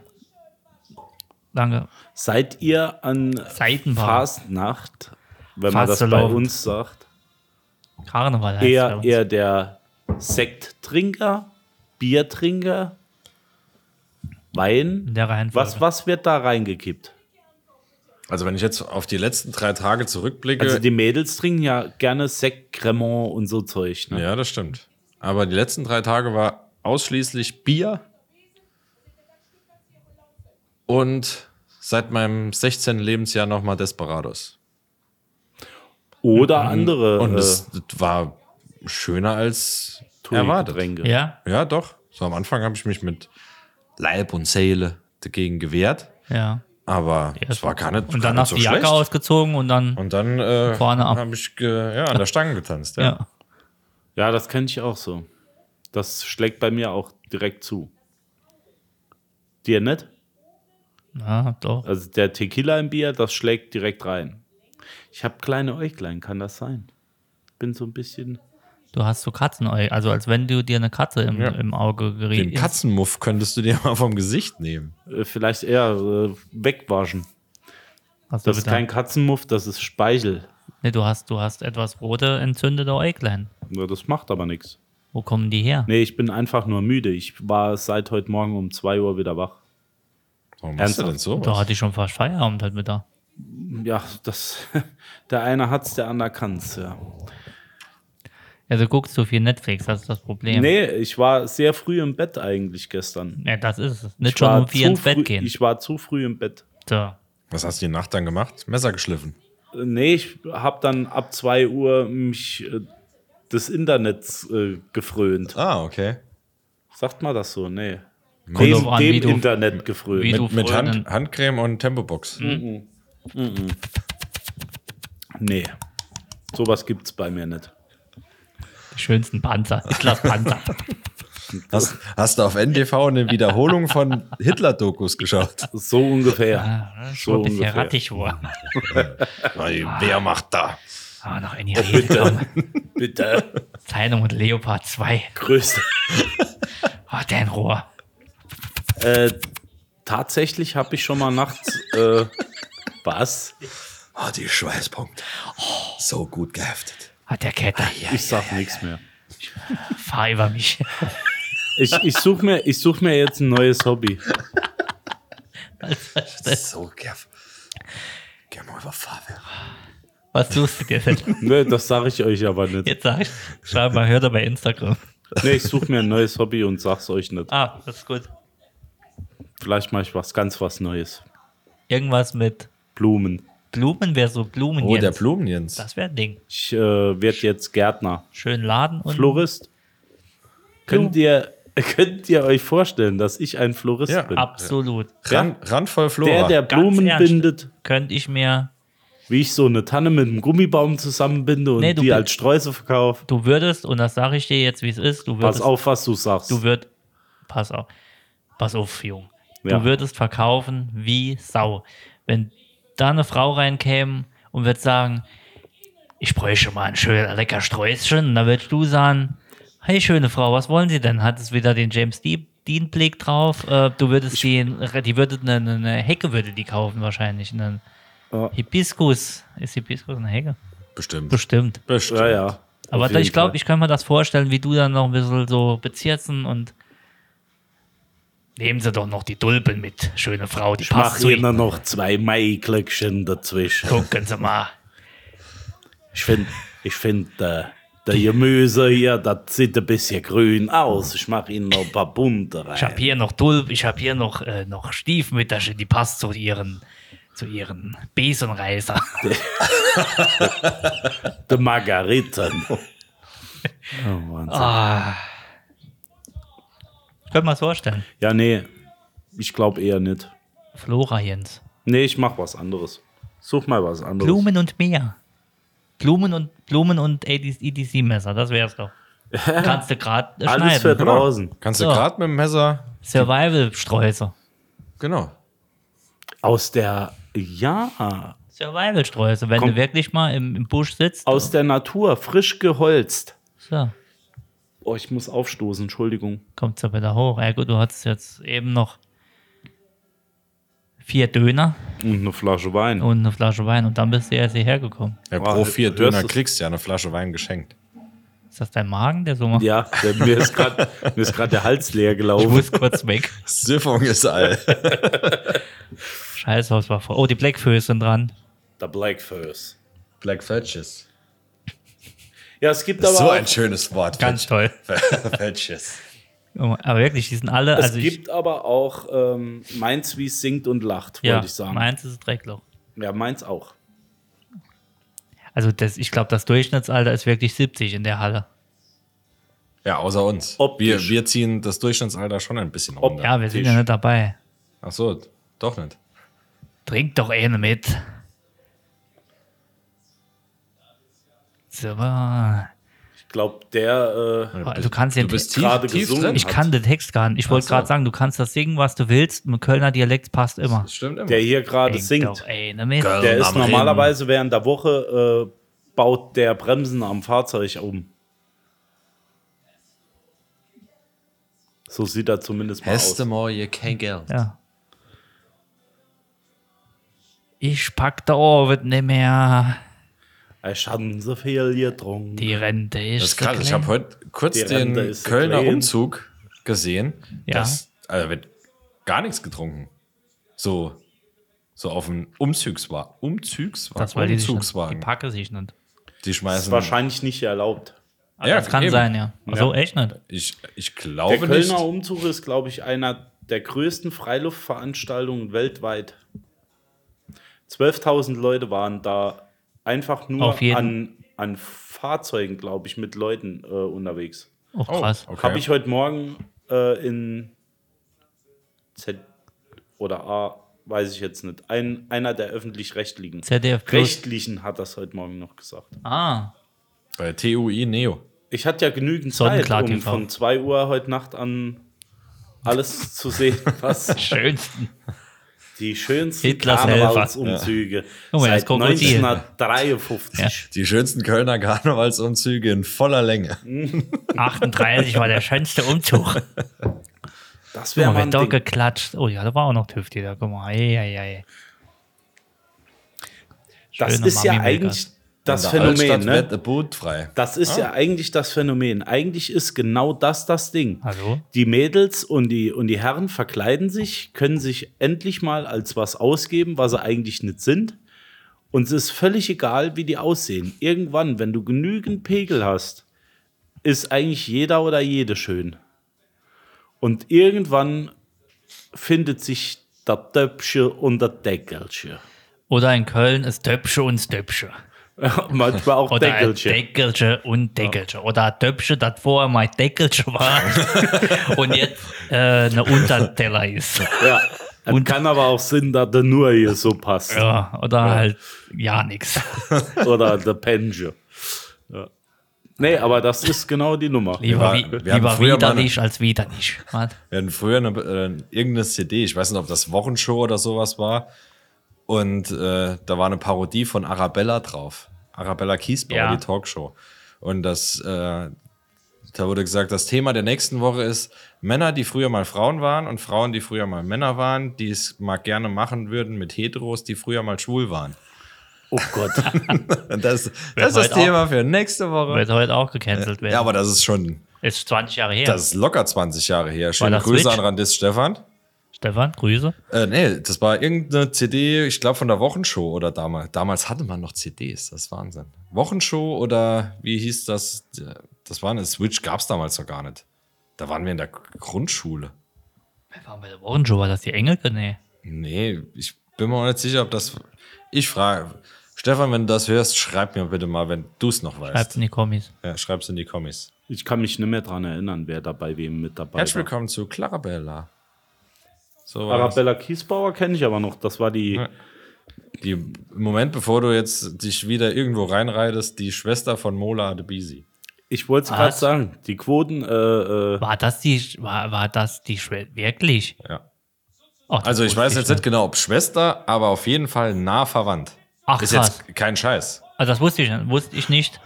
Speaker 4: Danke.
Speaker 5: Seid ihr an
Speaker 4: Seitenbar.
Speaker 5: Fastnacht, wenn man das bei
Speaker 4: Fastelovend.
Speaker 5: uns sagt,
Speaker 4: Karneval heißt bei
Speaker 5: eher,
Speaker 4: uns.
Speaker 5: eher der Sekttrinker, Biertrinker, Wein?
Speaker 4: In der Reihenfolge.
Speaker 5: Was, was wird da reingekippt?
Speaker 7: Also wenn ich jetzt auf die letzten drei Tage zurückblicke,
Speaker 5: Also die Mädels trinken ja gerne Sekt, Cremant und so Zeug. Ne?
Speaker 7: ja, das stimmt. Aber die letzten drei Tage war ausschließlich Bier und seit meinem 16. Lebensjahr nochmal Desperados.
Speaker 5: Oder
Speaker 4: Mhm.
Speaker 5: andere
Speaker 7: Und
Speaker 5: äh,
Speaker 7: es war schöner als erwartet.
Speaker 5: Tonic-Getränke.
Speaker 4: Ja,
Speaker 7: Ja, doch. So am Anfang habe ich mich mit Leib und Seele dagegen gewehrt.
Speaker 4: ja.
Speaker 7: Aber es war gar nicht,
Speaker 4: Und dann
Speaker 7: gar nicht
Speaker 4: hast
Speaker 7: so
Speaker 4: du die Jacke
Speaker 7: schlecht.
Speaker 4: ausgezogen und dann.
Speaker 7: Und dann äh,
Speaker 4: Vorne ab.
Speaker 7: habe ich ge, ja, an der Stange getanzt. Ja.
Speaker 4: ja.
Speaker 5: Ja, das kenne ich auch so. Das schlägt bei mir auch direkt zu. Dir nicht?
Speaker 4: ja, doch.
Speaker 5: Also der Tequila im Bier, das schlägt direkt rein. Ich habe kleine Äuglein, kann das sein? Bin so ein bisschen.
Speaker 4: Du hast so Katzenäugel. Also, als wenn du dir eine Katze im,
Speaker 7: Ja.
Speaker 4: im Auge
Speaker 7: Den
Speaker 4: geriet.
Speaker 7: Katzenmuff könntest du dir mal vom Gesicht nehmen.
Speaker 5: äh, Vielleicht eher äh, wegwaschen.
Speaker 4: Hast du
Speaker 5: Das ist
Speaker 4: bitte-
Speaker 5: kein Katzenmuff, das ist Speichel.
Speaker 4: nee, du, hast, du hast etwas rote, entzündete Äuglein.
Speaker 5: Ja, das macht aber nichts.
Speaker 4: Wo kommen die her?
Speaker 5: Nee, ich bin einfach nur müde. Ich war seit heute Morgen um 2 Uhr wieder wach.
Speaker 7: Warum machst du
Speaker 5: Ernsthaft?
Speaker 7: denn so?
Speaker 4: Da hatte ich schon fast Feierabend halt heute Mittag.
Speaker 5: Ja, das. Der eine hat's, der andere kann's, ja.
Speaker 4: Also guckst du viel Netflix, das ist das Problem.
Speaker 5: Nee, ich war sehr früh im Bett eigentlich gestern.
Speaker 4: Ja, das ist es. Nicht
Speaker 5: Ich
Speaker 4: schon
Speaker 5: war
Speaker 4: um vier
Speaker 5: zu
Speaker 4: ins Bett
Speaker 5: früh-
Speaker 4: gehen.
Speaker 5: Ich war zu früh im Bett.
Speaker 4: so.
Speaker 7: Was hast du die Nacht dann gemacht? Messer geschliffen.
Speaker 5: Äh, Nee, ich habe dann ab 2 Uhr mich äh, des Internets äh, gefrönt.
Speaker 7: Ah, okay.
Speaker 5: Sagt man das so? Nee.
Speaker 4: Kommt
Speaker 5: dem
Speaker 4: drauf an, wie
Speaker 5: dem
Speaker 4: du-
Speaker 5: Internet gefrönt.
Speaker 4: wie du-
Speaker 7: Mit, mit Hand,
Speaker 4: Freundin.
Speaker 7: Handcreme und Tempobox.
Speaker 5: Nee. Sowas gibt's bei mir nicht.
Speaker 4: Die schönsten Panzer. Hitlers Panzer.
Speaker 7: Hast, hast du auf NTV eine Wiederholung von Hitler-Dokus geschaut?
Speaker 5: So ungefähr.
Speaker 4: Ah, das ist schon ein bisschen
Speaker 5: ungefähr.
Speaker 4: rattig war.
Speaker 7: Die Wehrmacht da.
Speaker 4: Aber Ah, noch in die Rede kommen.
Speaker 5: Bitte.
Speaker 4: Zeitung und Leopard 2.
Speaker 5: Größte.
Speaker 4: Oh, dein Rohr.
Speaker 5: Äh, tatsächlich habe ich schon mal nachts. Äh, was?
Speaker 7: Ah, die Schweißpunkte. So gut geheftet.
Speaker 4: Hat der Ketter.
Speaker 5: Ich sag nichts mehr.
Speaker 4: Fahr über mich.
Speaker 5: Ich, ich suche mir, ich such mir jetzt ein neues Hobby.
Speaker 7: So geff. Geh mal über Fahrwerk.
Speaker 4: Was tust du dir denn?
Speaker 5: Ne, das sage ich euch aber nicht.
Speaker 4: Jetzt sagst du, schau mal, hört er bei Instagram.
Speaker 5: Nee, ich suche mir ein neues Hobby und sag's euch nicht.
Speaker 4: Ah, das ist gut.
Speaker 5: Vielleicht mache ich was ganz was Neues.
Speaker 4: Irgendwas mit
Speaker 5: Blumen.
Speaker 4: Blumen wäre so Blumen
Speaker 7: Oh,
Speaker 4: jetzt.
Speaker 7: der Blumenjens.
Speaker 4: Das wäre ein Ding.
Speaker 5: Ich äh, werde jetzt Gärtner.
Speaker 4: Schön laden und
Speaker 5: Florist. Könnt ihr, könnt ihr euch vorstellen, dass ich ein Florist
Speaker 7: Ja,
Speaker 5: bin?
Speaker 4: absolut.
Speaker 7: Rand, randvoll Flora.
Speaker 5: Der, der
Speaker 4: Ganz
Speaker 5: Blumen
Speaker 4: ernst.
Speaker 5: bindet,
Speaker 4: Könnte ich mir,
Speaker 5: wie ich so eine Tanne mit einem Gummibaum zusammenbinde und
Speaker 4: Nee, du
Speaker 5: die
Speaker 4: bist-
Speaker 5: als Streusel verkaufe.
Speaker 4: du würdest, und das sage ich dir jetzt, wie es ist, du
Speaker 5: Pass
Speaker 4: würdest,
Speaker 5: auf, was du sagst.
Speaker 4: du würd, pass auf, pass auf, Jung.
Speaker 5: Ja.
Speaker 4: Du würdest verkaufen wie Sau. Wenn da eine Frau reinkäme und würde sagen, ich bräuchte mal ein schöner, lecker Sträußchen, und dann würdest du sagen, hey, schöne Frau, was wollen Sie denn? Hat es wieder den James Dean Dean Blick drauf, äh, du würdest den, die würdet eine, eine- eine Hecke würde die kaufen wahrscheinlich, einen
Speaker 5: Ja.
Speaker 4: Hibiskus, ist Hibiskus eine Hecke?
Speaker 7: Bestimmt.
Speaker 4: Bestimmt.
Speaker 7: Bestimmt.
Speaker 5: ja, ja.
Speaker 4: Aber
Speaker 5: Auf
Speaker 4: da,
Speaker 5: jeden
Speaker 4: ich glaube,
Speaker 5: Fall.
Speaker 4: ich kann mir das vorstellen, wie du dann noch ein bisschen so bezirzen und nehmen sie doch noch die Dulpen mit, schöne Frau, die
Speaker 5: ich
Speaker 4: passt
Speaker 5: mache
Speaker 4: zu ihnen.
Speaker 5: Ihnen noch zwei Maiklöckchen dazwischen.
Speaker 4: Gucken sie mal.
Speaker 5: Ich finde, ich find, äh, der Gemüse hier, das sieht ein bisschen grün aus. Ich mache Ihnen noch ein paar bunte
Speaker 4: Ich habe
Speaker 5: rein.
Speaker 4: hier noch Dulp, ich habe hier noch, äh, noch Stiefmütterchen, die passt zu ihren, zu ihren Besenreißer.
Speaker 5: Die Margariten. oh, Wahnsinn.
Speaker 4: Ah. Können wir es vorstellen.
Speaker 5: Ja, nee, ich glaube eher nicht.
Speaker 4: Flora Jens.
Speaker 5: Nee, ich mach was anderes. Such mal was anderes.
Speaker 4: Blumen und Meer. Blumen und Blumen und EDC-Messer, das wär's doch. Kannst du gerade schneiden. genau.
Speaker 5: Alles für draußen.
Speaker 7: Kannst du
Speaker 4: So.
Speaker 7: gerade mit dem Messer.
Speaker 4: Survival-Streusel.
Speaker 7: Genau.
Speaker 5: Aus der, ja,
Speaker 4: Survival-Streusel, wenn
Speaker 5: Komm.
Speaker 4: du wirklich mal im, im Busch sitzt.
Speaker 5: aus der Natur, frisch geholzt.
Speaker 4: So,
Speaker 5: Oh, ich muss aufstoßen, Entschuldigung.
Speaker 4: kommt's ja wieder hoch. Ja gut, du hattest jetzt eben noch vier Döner
Speaker 5: Und eine Flasche Wein.
Speaker 4: und eine Flasche Wein und dann bist du erst hierher gekommen.
Speaker 7: Ja,
Speaker 5: Boah,
Speaker 7: pro vier
Speaker 5: hörst
Speaker 7: Döner
Speaker 5: du's?
Speaker 7: kriegst du ja eine Flasche Wein geschenkt.
Speaker 4: Ist das dein Magen, der so macht?
Speaker 5: Ja, der, mir ist gerade der Hals leer
Speaker 4: Ich
Speaker 5: gelaufen.
Speaker 4: muss kurz weg.
Speaker 7: Siffung ist all.
Speaker 4: Scheiße, was war vor? Oh, die Blackfoes sind dran.
Speaker 5: Der Black First.
Speaker 7: Black Fetches.
Speaker 5: Ja, es gibt
Speaker 7: Das ist
Speaker 5: aber
Speaker 7: so
Speaker 5: auch,
Speaker 7: ein schönes Wort.
Speaker 4: Ganz toll.
Speaker 7: Fetches.
Speaker 4: Oh, Aber wirklich, die sind alle.
Speaker 5: es
Speaker 4: also
Speaker 5: gibt aber auch ähm, Mainz, wie es singt und lacht,
Speaker 4: ich, ja,
Speaker 5: wollte ich sagen.
Speaker 4: meins ist Dreckloch.
Speaker 5: Ja, Mainz auch.
Speaker 4: Also das, ich glaube, das Durchschnittsalter ist wirklich 70 in der Halle.
Speaker 7: Ja, außer uns.
Speaker 5: Optisch.
Speaker 7: Wir, wir ziehen das Durchschnittsalter schon ein bisschen runter.
Speaker 4: Ja, wir sind ja nicht dabei.
Speaker 7: Ach so, doch nicht.
Speaker 4: Trink doch eine mit. Super.
Speaker 5: Ich glaube, der. Äh,
Speaker 4: Oh, Du kannst ja
Speaker 7: Du bist tief,
Speaker 5: Gerade
Speaker 7: tief
Speaker 5: gesungen.
Speaker 7: drin.
Speaker 4: Ich kann den Text gar nicht. Ich wollte
Speaker 7: so.
Speaker 4: gerade sagen, du kannst das singen, was du willst. Mit Kölner Dialekt passt immer.
Speaker 7: Das stimmt immer.
Speaker 5: der hier gerade
Speaker 4: Trink Doch ne,
Speaker 5: singt,
Speaker 4: eine mit.
Speaker 7: Geil.
Speaker 5: der ist
Speaker 7: Am Reden.
Speaker 5: normalerweise während der Woche, äh, baut der Bremsen am Fahrzeug um. So sieht er zumindest mal aus.
Speaker 7: mal ihr kein Geld.
Speaker 4: Ja. Ich pack da auch wird nicht mehr.
Speaker 5: Ich habe so viel getrunken.
Speaker 4: Die Rente ist.
Speaker 7: Das ist
Speaker 4: so
Speaker 7: krass. Ich
Speaker 4: klein.
Speaker 7: habe heute kurz
Speaker 5: Die
Speaker 7: den
Speaker 5: Rente ist
Speaker 7: Kölner
Speaker 5: klein.
Speaker 7: Umzug gesehen.
Speaker 4: Ja.
Speaker 7: Das, also wird gar nichts getrunken. So, so auf dem Umzugswagen. Umzugswagen.
Speaker 4: das weil die sich nicht, die
Speaker 7: Umzugswagen.
Speaker 4: packe sich nicht.
Speaker 7: Die
Speaker 5: ist
Speaker 7: schmeißen.
Speaker 5: wahrscheinlich nicht erlaubt.
Speaker 4: Also das kann
Speaker 7: eben.
Speaker 4: sein, ja. Also echt nicht.
Speaker 7: Ich, ich
Speaker 5: Der
Speaker 7: glaube
Speaker 5: Kölner
Speaker 7: nicht.
Speaker 5: Umzug ist, glaube ich, einer der größten Freiluftveranstaltungen weltweit. 12.000 Leute waren da einfach nur
Speaker 4: Auf jeden.
Speaker 5: an, an Fahrzeugen, glaube ich, mit Leuten äh, unterwegs.
Speaker 4: Auch
Speaker 7: Oh,
Speaker 4: krass.
Speaker 7: okay.
Speaker 5: Habe ich heute Morgen äh, in Z oder A, weiß ich jetzt nicht, ein, einer der öffentlich-rechtlichen.
Speaker 4: ZDF Plus.
Speaker 5: Rechtlichen hat das heute Morgen noch gesagt.
Speaker 4: Ah,
Speaker 7: Bei TUI Neo.
Speaker 5: Ich hatte ja genügend Zeit,
Speaker 4: Sonnenklar
Speaker 5: um
Speaker 4: TV.
Speaker 5: von 2 Uhr heute Nacht an alles zu sehen, was
Speaker 4: schönsten.
Speaker 5: die schönsten
Speaker 4: Hitlers Helfer.
Speaker 5: Karnevalsumzüge
Speaker 4: Guck mal, das
Speaker 5: seit
Speaker 4: Krokodil.
Speaker 5: 1953.
Speaker 7: Die schönsten Kölner Karnevalsumzüge in voller Länge.
Speaker 4: 38 war der schönste Umzug.
Speaker 5: Das
Speaker 4: Guck mal,
Speaker 5: wäre mal
Speaker 4: wird doch
Speaker 5: ein Ding.
Speaker 4: geklatscht. Oh ja, da war auch noch Tüfti da. Guck mal, ei, ei, ei.
Speaker 5: Das
Speaker 4: Schöne
Speaker 5: ist ja
Speaker 4: Mami-Milka.
Speaker 5: eigentlich das
Speaker 7: In der
Speaker 5: Phänomen,
Speaker 7: Altstadt wird
Speaker 5: ne?
Speaker 7: der Boot frei.
Speaker 5: Das
Speaker 4: Ah.
Speaker 5: ist ja eigentlich das Phänomen. Eigentlich ist genau das das Ding.
Speaker 4: Hallo?
Speaker 5: Die Mädels und die, und die Herren verkleiden sich, können sich endlich mal als was ausgeben, was sie eigentlich nicht sind. Und es ist völlig egal, wie die aussehen. Irgendwann, wenn du genügend Pegel hast, ist eigentlich jeder oder jede schön. Und irgendwann findet sich der Töpfchen und der Deckelchen.
Speaker 4: Oder in Köln ist Töpsche und Töpsche.
Speaker 5: Manchmal auch
Speaker 4: Oder Deckelche,
Speaker 5: Deckelchen.
Speaker 4: Deckelche und Deckelche. Oder Töpsche, das vorher mal Deckelche war und jetzt äh, eine Unterteller ist.
Speaker 5: ja. Und kann aber auch Sinn, dass der nur hier so passt.
Speaker 4: Ja, oder halt ja nichts.
Speaker 5: Oder der Penge. Ja. Nee, aber das ist genau die Nummer.
Speaker 4: Lieber,
Speaker 7: waren-
Speaker 4: wi-
Speaker 7: wir hatten
Speaker 4: lieber
Speaker 7: früher mal
Speaker 4: widerlich als widerlich. Was?
Speaker 7: Wir hatten früher eine, äh, irgendeine CD, ich weiß nicht, ob das Wochenshow oder sowas war. Und äh, da war eine Parodie von Arabella drauf. Arabella Kiesbauer,
Speaker 4: Ja.
Speaker 7: die Talkshow. Und das, äh, da wurde gesagt, das Thema der nächsten Woche ist Männer, die früher mal Frauen waren und Frauen, die früher mal Männer waren, die es mal gerne machen würden mit Heteros, die früher mal schwul waren.
Speaker 5: Oh Gott.
Speaker 7: Und das, das ist das
Speaker 4: heute auch-
Speaker 7: Thema für nächste Woche.
Speaker 4: Wird heute auch gecancelt werden.
Speaker 7: Ja, aber das ist schon,
Speaker 4: ist 20 Jahre her.
Speaker 7: das ist locker 20 Jahre her. Schöne
Speaker 4: das
Speaker 7: Grüße
Speaker 4: Switch?
Speaker 7: an Randis Stefan.
Speaker 4: Stefan, Grüße.
Speaker 7: Äh, nee, das war irgendeine CD, ich glaube von der Wochenshow oder damals. Damals hatte man noch CDs, das ist Wahnsinn. Wochenshow oder wie hieß das? Das war eine Switch, gab es damals noch gar nicht. Da waren wir in der Grundschule.
Speaker 4: Wer war bei der Wochenshow? War das die Engelke? Nee.
Speaker 7: Nee, ich bin mir auch nicht sicher, ob das. Ich frage. Stefan, wenn du das hörst, schreib mir bitte mal, wenn du es noch
Speaker 4: Schreibt
Speaker 7: weißt.
Speaker 4: in die Kommis.
Speaker 7: Ja, schreib's in die Kommis.
Speaker 5: Ich kann mich nicht mehr daran erinnern, wer da bei wem mit dabei
Speaker 7: Herzlich
Speaker 5: war.
Speaker 7: willkommen zu Clarabella. So war das.
Speaker 5: Arabella Kiesbauer kenne ich aber noch. Das war die.
Speaker 7: Ja. Die, Im Moment, bevor du jetzt dich wieder irgendwo reinreitest, die Schwester von Mola Adebisi.
Speaker 5: Ich wollte es gerade
Speaker 4: Was?
Speaker 5: sagen. Die Quoten. Äh, äh,
Speaker 4: War das die, war, war das die Schwe wirklich?
Speaker 7: Ja.
Speaker 4: Ach, das
Speaker 7: Also ich
Speaker 4: wusste
Speaker 7: weiß jetzt
Speaker 4: nicht.
Speaker 7: nicht genau, ob Schwester, aber auf jeden Fall nah verwandt.
Speaker 4: Ach,
Speaker 7: ist
Speaker 4: krass.
Speaker 7: jetzt kein Scheiß.
Speaker 4: Also das wusste ich, nicht. wusste ich nicht.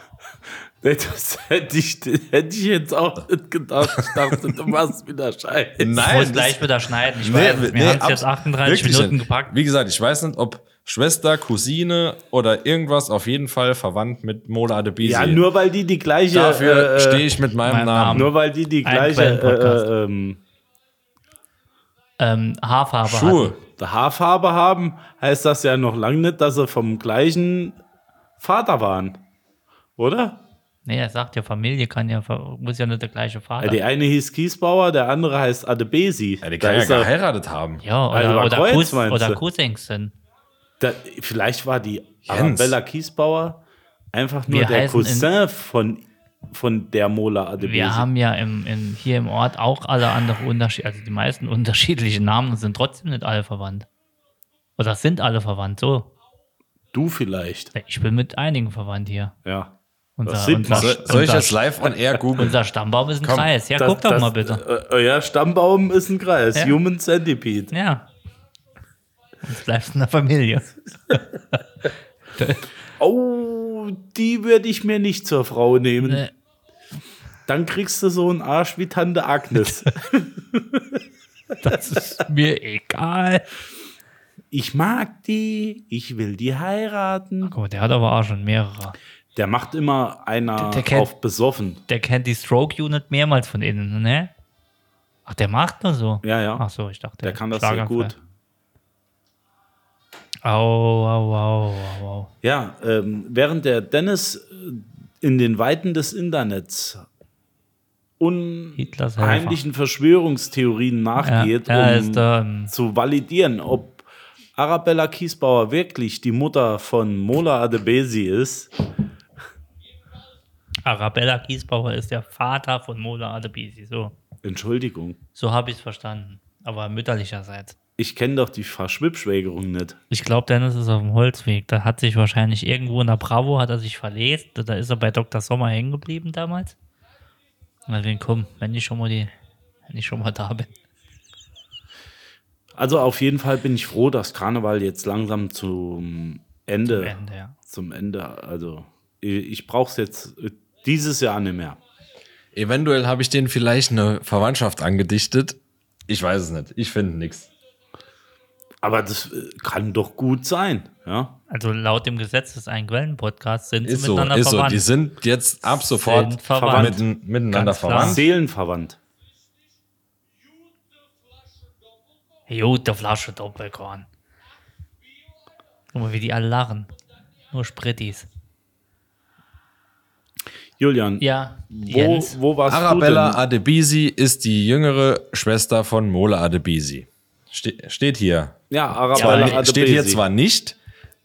Speaker 5: das hätte ich, hätte ich jetzt auch nicht gedacht. Ich dachte, du machst wieder Scheiße.
Speaker 4: Ich muss gleich wieder schneiden. Ich weiß, wir haben es jetzt 38 Minuten gepackt.
Speaker 7: Wie gesagt, ich weiß nicht, ob Schwester, Cousine oder irgendwas auf jeden Fall verwandt mit Mola Adebisi.
Speaker 5: Ja, nur weil die die gleiche.
Speaker 7: Dafür
Speaker 5: äh, äh,
Speaker 7: stehe ich mit meinem,
Speaker 4: meinem
Speaker 7: Namen.
Speaker 5: Nur weil die die
Speaker 4: Ein
Speaker 5: gleiche.
Speaker 4: Quellenpodcast.
Speaker 5: Äh, äh, ähm,
Speaker 4: Ähm, Haarfarbe
Speaker 7: Schuhe.
Speaker 4: hatten.
Speaker 5: die Haarfarbe haben, heißt das ja noch lange nicht, dass sie vom gleichen Vater waren. Oder?
Speaker 4: Nee, er sagt ja, Familie kann ja, ver- muss ja nicht der gleiche
Speaker 5: Ja,
Speaker 4: Vater.
Speaker 5: die eine hieß Kiesbauer, der andere heißt Adebesi.
Speaker 7: Ja, die
Speaker 5: Da
Speaker 7: kann ja
Speaker 5: ist er-
Speaker 7: geheiratet haben.
Speaker 4: Ja, oder,
Speaker 5: Also war
Speaker 4: oder,
Speaker 5: Kreuz,
Speaker 4: Cous
Speaker 5: meinst
Speaker 4: oder
Speaker 5: du?
Speaker 4: Cousins sind.
Speaker 5: da, vielleicht war die
Speaker 7: Jens.
Speaker 5: Arabella Kiesbauer einfach nur
Speaker 4: Wir
Speaker 5: der
Speaker 4: heißen in-
Speaker 5: Cousin von, von der Mola Adebesi.
Speaker 4: Wir haben ja im, im, hier im Ort auch alle andere Unterschiede, also die meisten unterschiedliche Namen und sind trotzdem nicht alle verwandt. Oder sind alle verwandt? So.
Speaker 5: Du vielleicht.
Speaker 4: Ich bin mit einigen verwandt hier.
Speaker 5: Ja.
Speaker 4: Unser,
Speaker 5: sieht
Speaker 4: unser,
Speaker 5: man.
Speaker 7: Soll, soll ich
Speaker 4: unser-
Speaker 7: das live on air googeln?
Speaker 4: Unser Stammbaum ist ein
Speaker 7: Komm,
Speaker 4: Kreis. Ja,
Speaker 5: Das-
Speaker 4: guck doch
Speaker 5: das-
Speaker 4: mal bitte.
Speaker 5: Äh, euer Stammbaum ist ein Kreis.
Speaker 4: Ja.
Speaker 5: Human Centipede.
Speaker 4: Ja. Sonst bleibst du in der Familie.
Speaker 5: Oh, die würde ich mir nicht zur Frau nehmen.
Speaker 4: Nee.
Speaker 5: Dann kriegst du so einen Arsch wie Tante Agnes.
Speaker 4: Das ist mir egal.
Speaker 5: ich mag die, ich will die heiraten.
Speaker 4: Guck mal, der hat aber auch schon mehrere.
Speaker 5: Der macht immer einer
Speaker 4: der kennt-
Speaker 5: auf besoffen.
Speaker 4: Der kennt die Stroke Unit mehrmals von innen, ne? Ach, der macht nur so.
Speaker 5: Ja, ja.
Speaker 4: Ach so, ich dachte.
Speaker 5: Der kann das sehr
Speaker 4: Schlaganfall.
Speaker 5: gut.
Speaker 4: Au, au, au, au, au.
Speaker 5: Ja, ähm, während der Dennis äh, in den Weiten des Internets
Speaker 4: Hitlers Helfer.
Speaker 5: unheimlichen Verschwörungstheorien nachgeht,
Speaker 4: ja,
Speaker 5: um
Speaker 4: ist, ähm,
Speaker 5: zu validieren, ob Arabella Kiesbauer wirklich die Mutter von Mola Adebesi ist.
Speaker 4: Arabella Kiesbauer ist der Vater von Mola Adebisi. So,
Speaker 5: Entschuldigung,
Speaker 4: so habe ich es verstanden. Aber mütterlicherseits.
Speaker 5: ich kenne doch die Verschwibschwägerung nicht.
Speaker 4: Ich glaube, Dennis ist auf dem Holzweg. Da hat sich wahrscheinlich irgendwo in der Bravo hat er sich verlesen. Da ist er bei Dr. Sommer hängen geblieben damals. Und deswegen, komm, wenn ich schon mal die, wenn ich schon mal da bin.
Speaker 5: Also auf jeden Fall bin ich froh, dass Karneval jetzt langsam zum Ende,
Speaker 4: Ende, ja.
Speaker 5: zum Ende, also ich, ich brauche es jetzt äh, dieses Jahr nicht mehr.
Speaker 7: Eventuell habe ich denen vielleicht eine Verwandtschaft angedichtet. Ich weiß es nicht. Ich finde nichts.
Speaker 5: Aber das äh, kann doch gut sein, ja.
Speaker 4: Also laut dem Gesetz des einen Quellenpodcasts sind
Speaker 7: Ist
Speaker 4: sie
Speaker 7: so,
Speaker 4: miteinander
Speaker 7: ist so.
Speaker 4: verwandt.
Speaker 7: Die sind jetzt ab
Speaker 4: Sind
Speaker 7: sofort
Speaker 4: verwandt.
Speaker 7: mitten- miteinander
Speaker 4: Ganz klar.
Speaker 7: verwandt.
Speaker 5: Seelenverwandt.
Speaker 4: Jo, der Flasche Doppelkorn. Guck mal, wie die alle lachen. Nur Sprittis.
Speaker 5: Julian,
Speaker 4: Ja,
Speaker 5: wo,
Speaker 4: Jens.
Speaker 5: wo warst
Speaker 7: Arabella
Speaker 5: du denn?
Speaker 7: Adebisi ist die jüngere Schwester von Mola Adebisi. Ste steht hier.
Speaker 5: Ja,
Speaker 7: Zwar,
Speaker 5: Arabella
Speaker 7: ni-
Speaker 5: Adebesi.
Speaker 7: steht hier zwar nicht,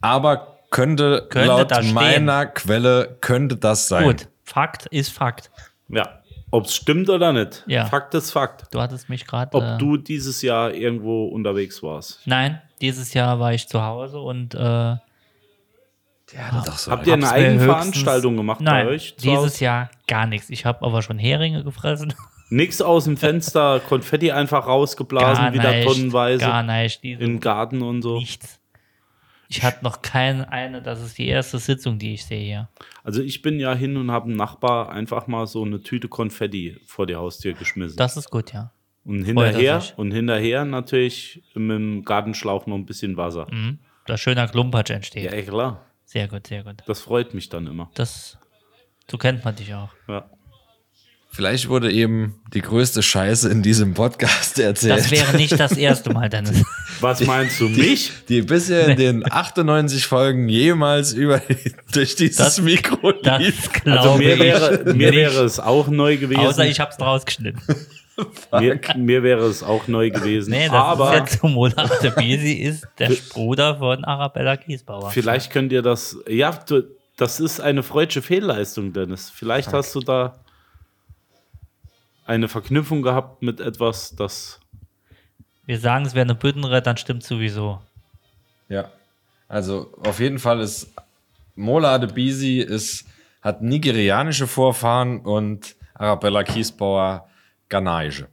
Speaker 7: aber könnte,
Speaker 4: Könnte
Speaker 7: laut
Speaker 4: da stehen.
Speaker 7: meiner Quelle könnte das sein.
Speaker 4: Gut, Fakt ist Fakt.
Speaker 5: Ja, ob es stimmt oder nicht.
Speaker 4: Ja.
Speaker 5: Fakt ist Fakt.
Speaker 4: Du hattest mich gerade.
Speaker 5: Ob
Speaker 4: äh,
Speaker 5: du dieses Jahr irgendwo unterwegs warst.
Speaker 4: Nein, dieses Jahr war ich zu Hause und äh,
Speaker 7: Doch so.
Speaker 5: Habt ihr eine
Speaker 4: hab's mir
Speaker 5: eigene
Speaker 4: höchstens-
Speaker 5: Veranstaltung gemacht
Speaker 4: Nein,
Speaker 5: bei euch? zu
Speaker 4: dieses
Speaker 5: Hause?
Speaker 4: Jahr gar nichts. Ich habe aber schon Heringe gefressen.
Speaker 5: Nix aus dem Fenster, Konfetti einfach rausgeblasen,
Speaker 4: gar
Speaker 5: wieder
Speaker 4: nicht,
Speaker 5: tonnenweise
Speaker 4: Gar nicht. Diese,
Speaker 5: im Garten und so.
Speaker 4: nichts. Ich hatte noch keine eine, das ist die erste Sitzung, die ich sehe hier.
Speaker 5: Also ich bin ja hin und habe einen Nachbar einfach mal so eine Tüte Konfetti vor die Haustür geschmissen.
Speaker 4: Das ist gut, ja.
Speaker 5: und
Speaker 4: er
Speaker 5: hinterher
Speaker 4: sich.
Speaker 5: und hinterher natürlich mit dem Gartenschlauch noch ein bisschen Wasser.
Speaker 4: Mhm. Da schöner Klumpatsch entsteht.
Speaker 5: Ja, ey, klar.
Speaker 4: Sehr gut, sehr gut.
Speaker 5: Das freut mich dann immer.
Speaker 4: Das, so kennt man dich auch.
Speaker 5: Ja.
Speaker 7: Vielleicht wurde eben die größte Scheiße in diesem Podcast erzählt.
Speaker 4: Das wäre nicht das erste Mal, Dennis.
Speaker 5: Was meinst du, mich?
Speaker 7: die bisher in den 98 Folgen jemals über durch dieses
Speaker 4: Das-
Speaker 7: Mikro lief.
Speaker 4: Das glaube
Speaker 5: Also mir
Speaker 4: ich
Speaker 5: wäre, mir
Speaker 4: nicht.
Speaker 5: wäre es auch neu gewesen.
Speaker 4: Genau, Außer ich habe es rausgeschnitten.
Speaker 5: mir, mir wäre es auch neu gewesen.
Speaker 4: Nee, das
Speaker 5: Aber
Speaker 4: ist jetzt so Mola Adebisi ist der Bruder von Arabella Kiesbauer.
Speaker 5: vielleicht könnt ihr das. Ja, du, das ist eine freudsche Fehlleistung, Dennis. Vielleicht hast du da eine Verknüpfung gehabt mit etwas, das.
Speaker 4: Wir sagen, es wäre eine Büttenrett, dann stimmt sowieso.
Speaker 7: Ja. Also auf jeden Fall ist Mola Adebisi ist, hat nigerianische Vorfahren und Arabella Kiesbauer ghanaische.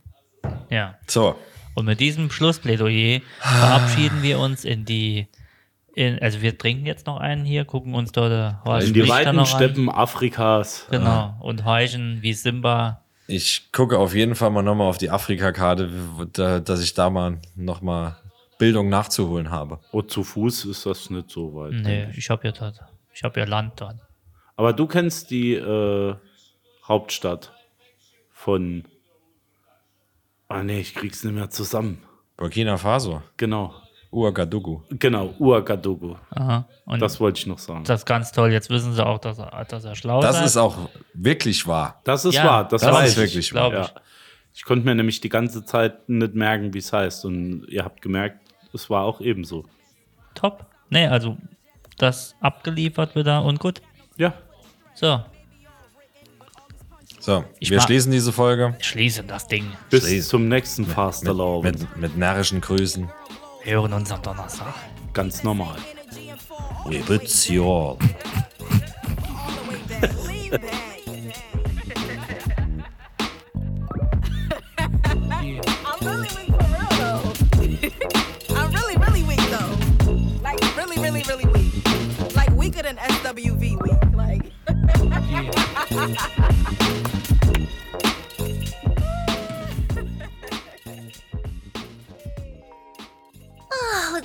Speaker 4: Ja.
Speaker 7: So,
Speaker 4: Und mit diesem Schlussplädoyer verabschieden wir uns in die. In, also wir trinken jetzt noch einen hier, gucken uns dort äh, Horst
Speaker 5: In die
Speaker 4: Lichter
Speaker 5: weiten
Speaker 4: noch an.
Speaker 5: Steppen Afrikas.
Speaker 4: Genau. Und heuchen wie Simba.
Speaker 7: ich gucke auf jeden Fall mal nochmal auf die Afrika-Karte, wo- da- dass ich da mal nochmal Bildung nachzuholen habe.
Speaker 5: Oh, zu Fuß ist das nicht so weit.
Speaker 4: Nee, ich habe ja dort. Ich habe ja Land dort.
Speaker 5: Aber du kennst die äh, Hauptstadt von. Ah, nee, ich krieg's nicht mehr zusammen.
Speaker 7: Burkina Faso,
Speaker 5: Genau.
Speaker 7: Ouagadougou.
Speaker 5: Genau, Uagadugu.
Speaker 4: Aha. Und das,
Speaker 5: Das wollte ich noch sagen.
Speaker 4: ist ganz toll. Jetzt wissen sie auch, dass er, dass er schlau
Speaker 7: Das
Speaker 4: seid.
Speaker 7: ist auch wirklich wahr.
Speaker 5: Das ist
Speaker 4: Ja,
Speaker 5: wahr, das,
Speaker 7: das
Speaker 5: weiß
Speaker 7: ist
Speaker 5: ich.
Speaker 7: wirklich
Speaker 4: glaub
Speaker 5: Ja.
Speaker 4: ich.
Speaker 5: Ich konnte mir nämlich die ganze Zeit nicht merken, wie es heißt. Und ihr habt gemerkt, es war auch ebenso.
Speaker 4: Top. Nee, also das abgeliefert wird da und gut.
Speaker 5: Ja.
Speaker 4: So,
Speaker 7: So,
Speaker 4: Ich
Speaker 7: wir
Speaker 4: mag-
Speaker 7: schließen diese Folge
Speaker 4: schließen das Ding.
Speaker 5: Bis
Speaker 7: Schließen.
Speaker 5: zum nächsten Fast
Speaker 7: mit,
Speaker 5: Erlauben.
Speaker 7: mit, mit närrischen Grüßen.
Speaker 4: Wir hören uns am Donnerstag.
Speaker 5: Ganz normal.
Speaker 7: Revision.
Speaker 2: I'm really weak for real though. I'm really, really weak though. Like really, really, really weak. Like weaker than SWV weak. Like
Speaker 1: Oh,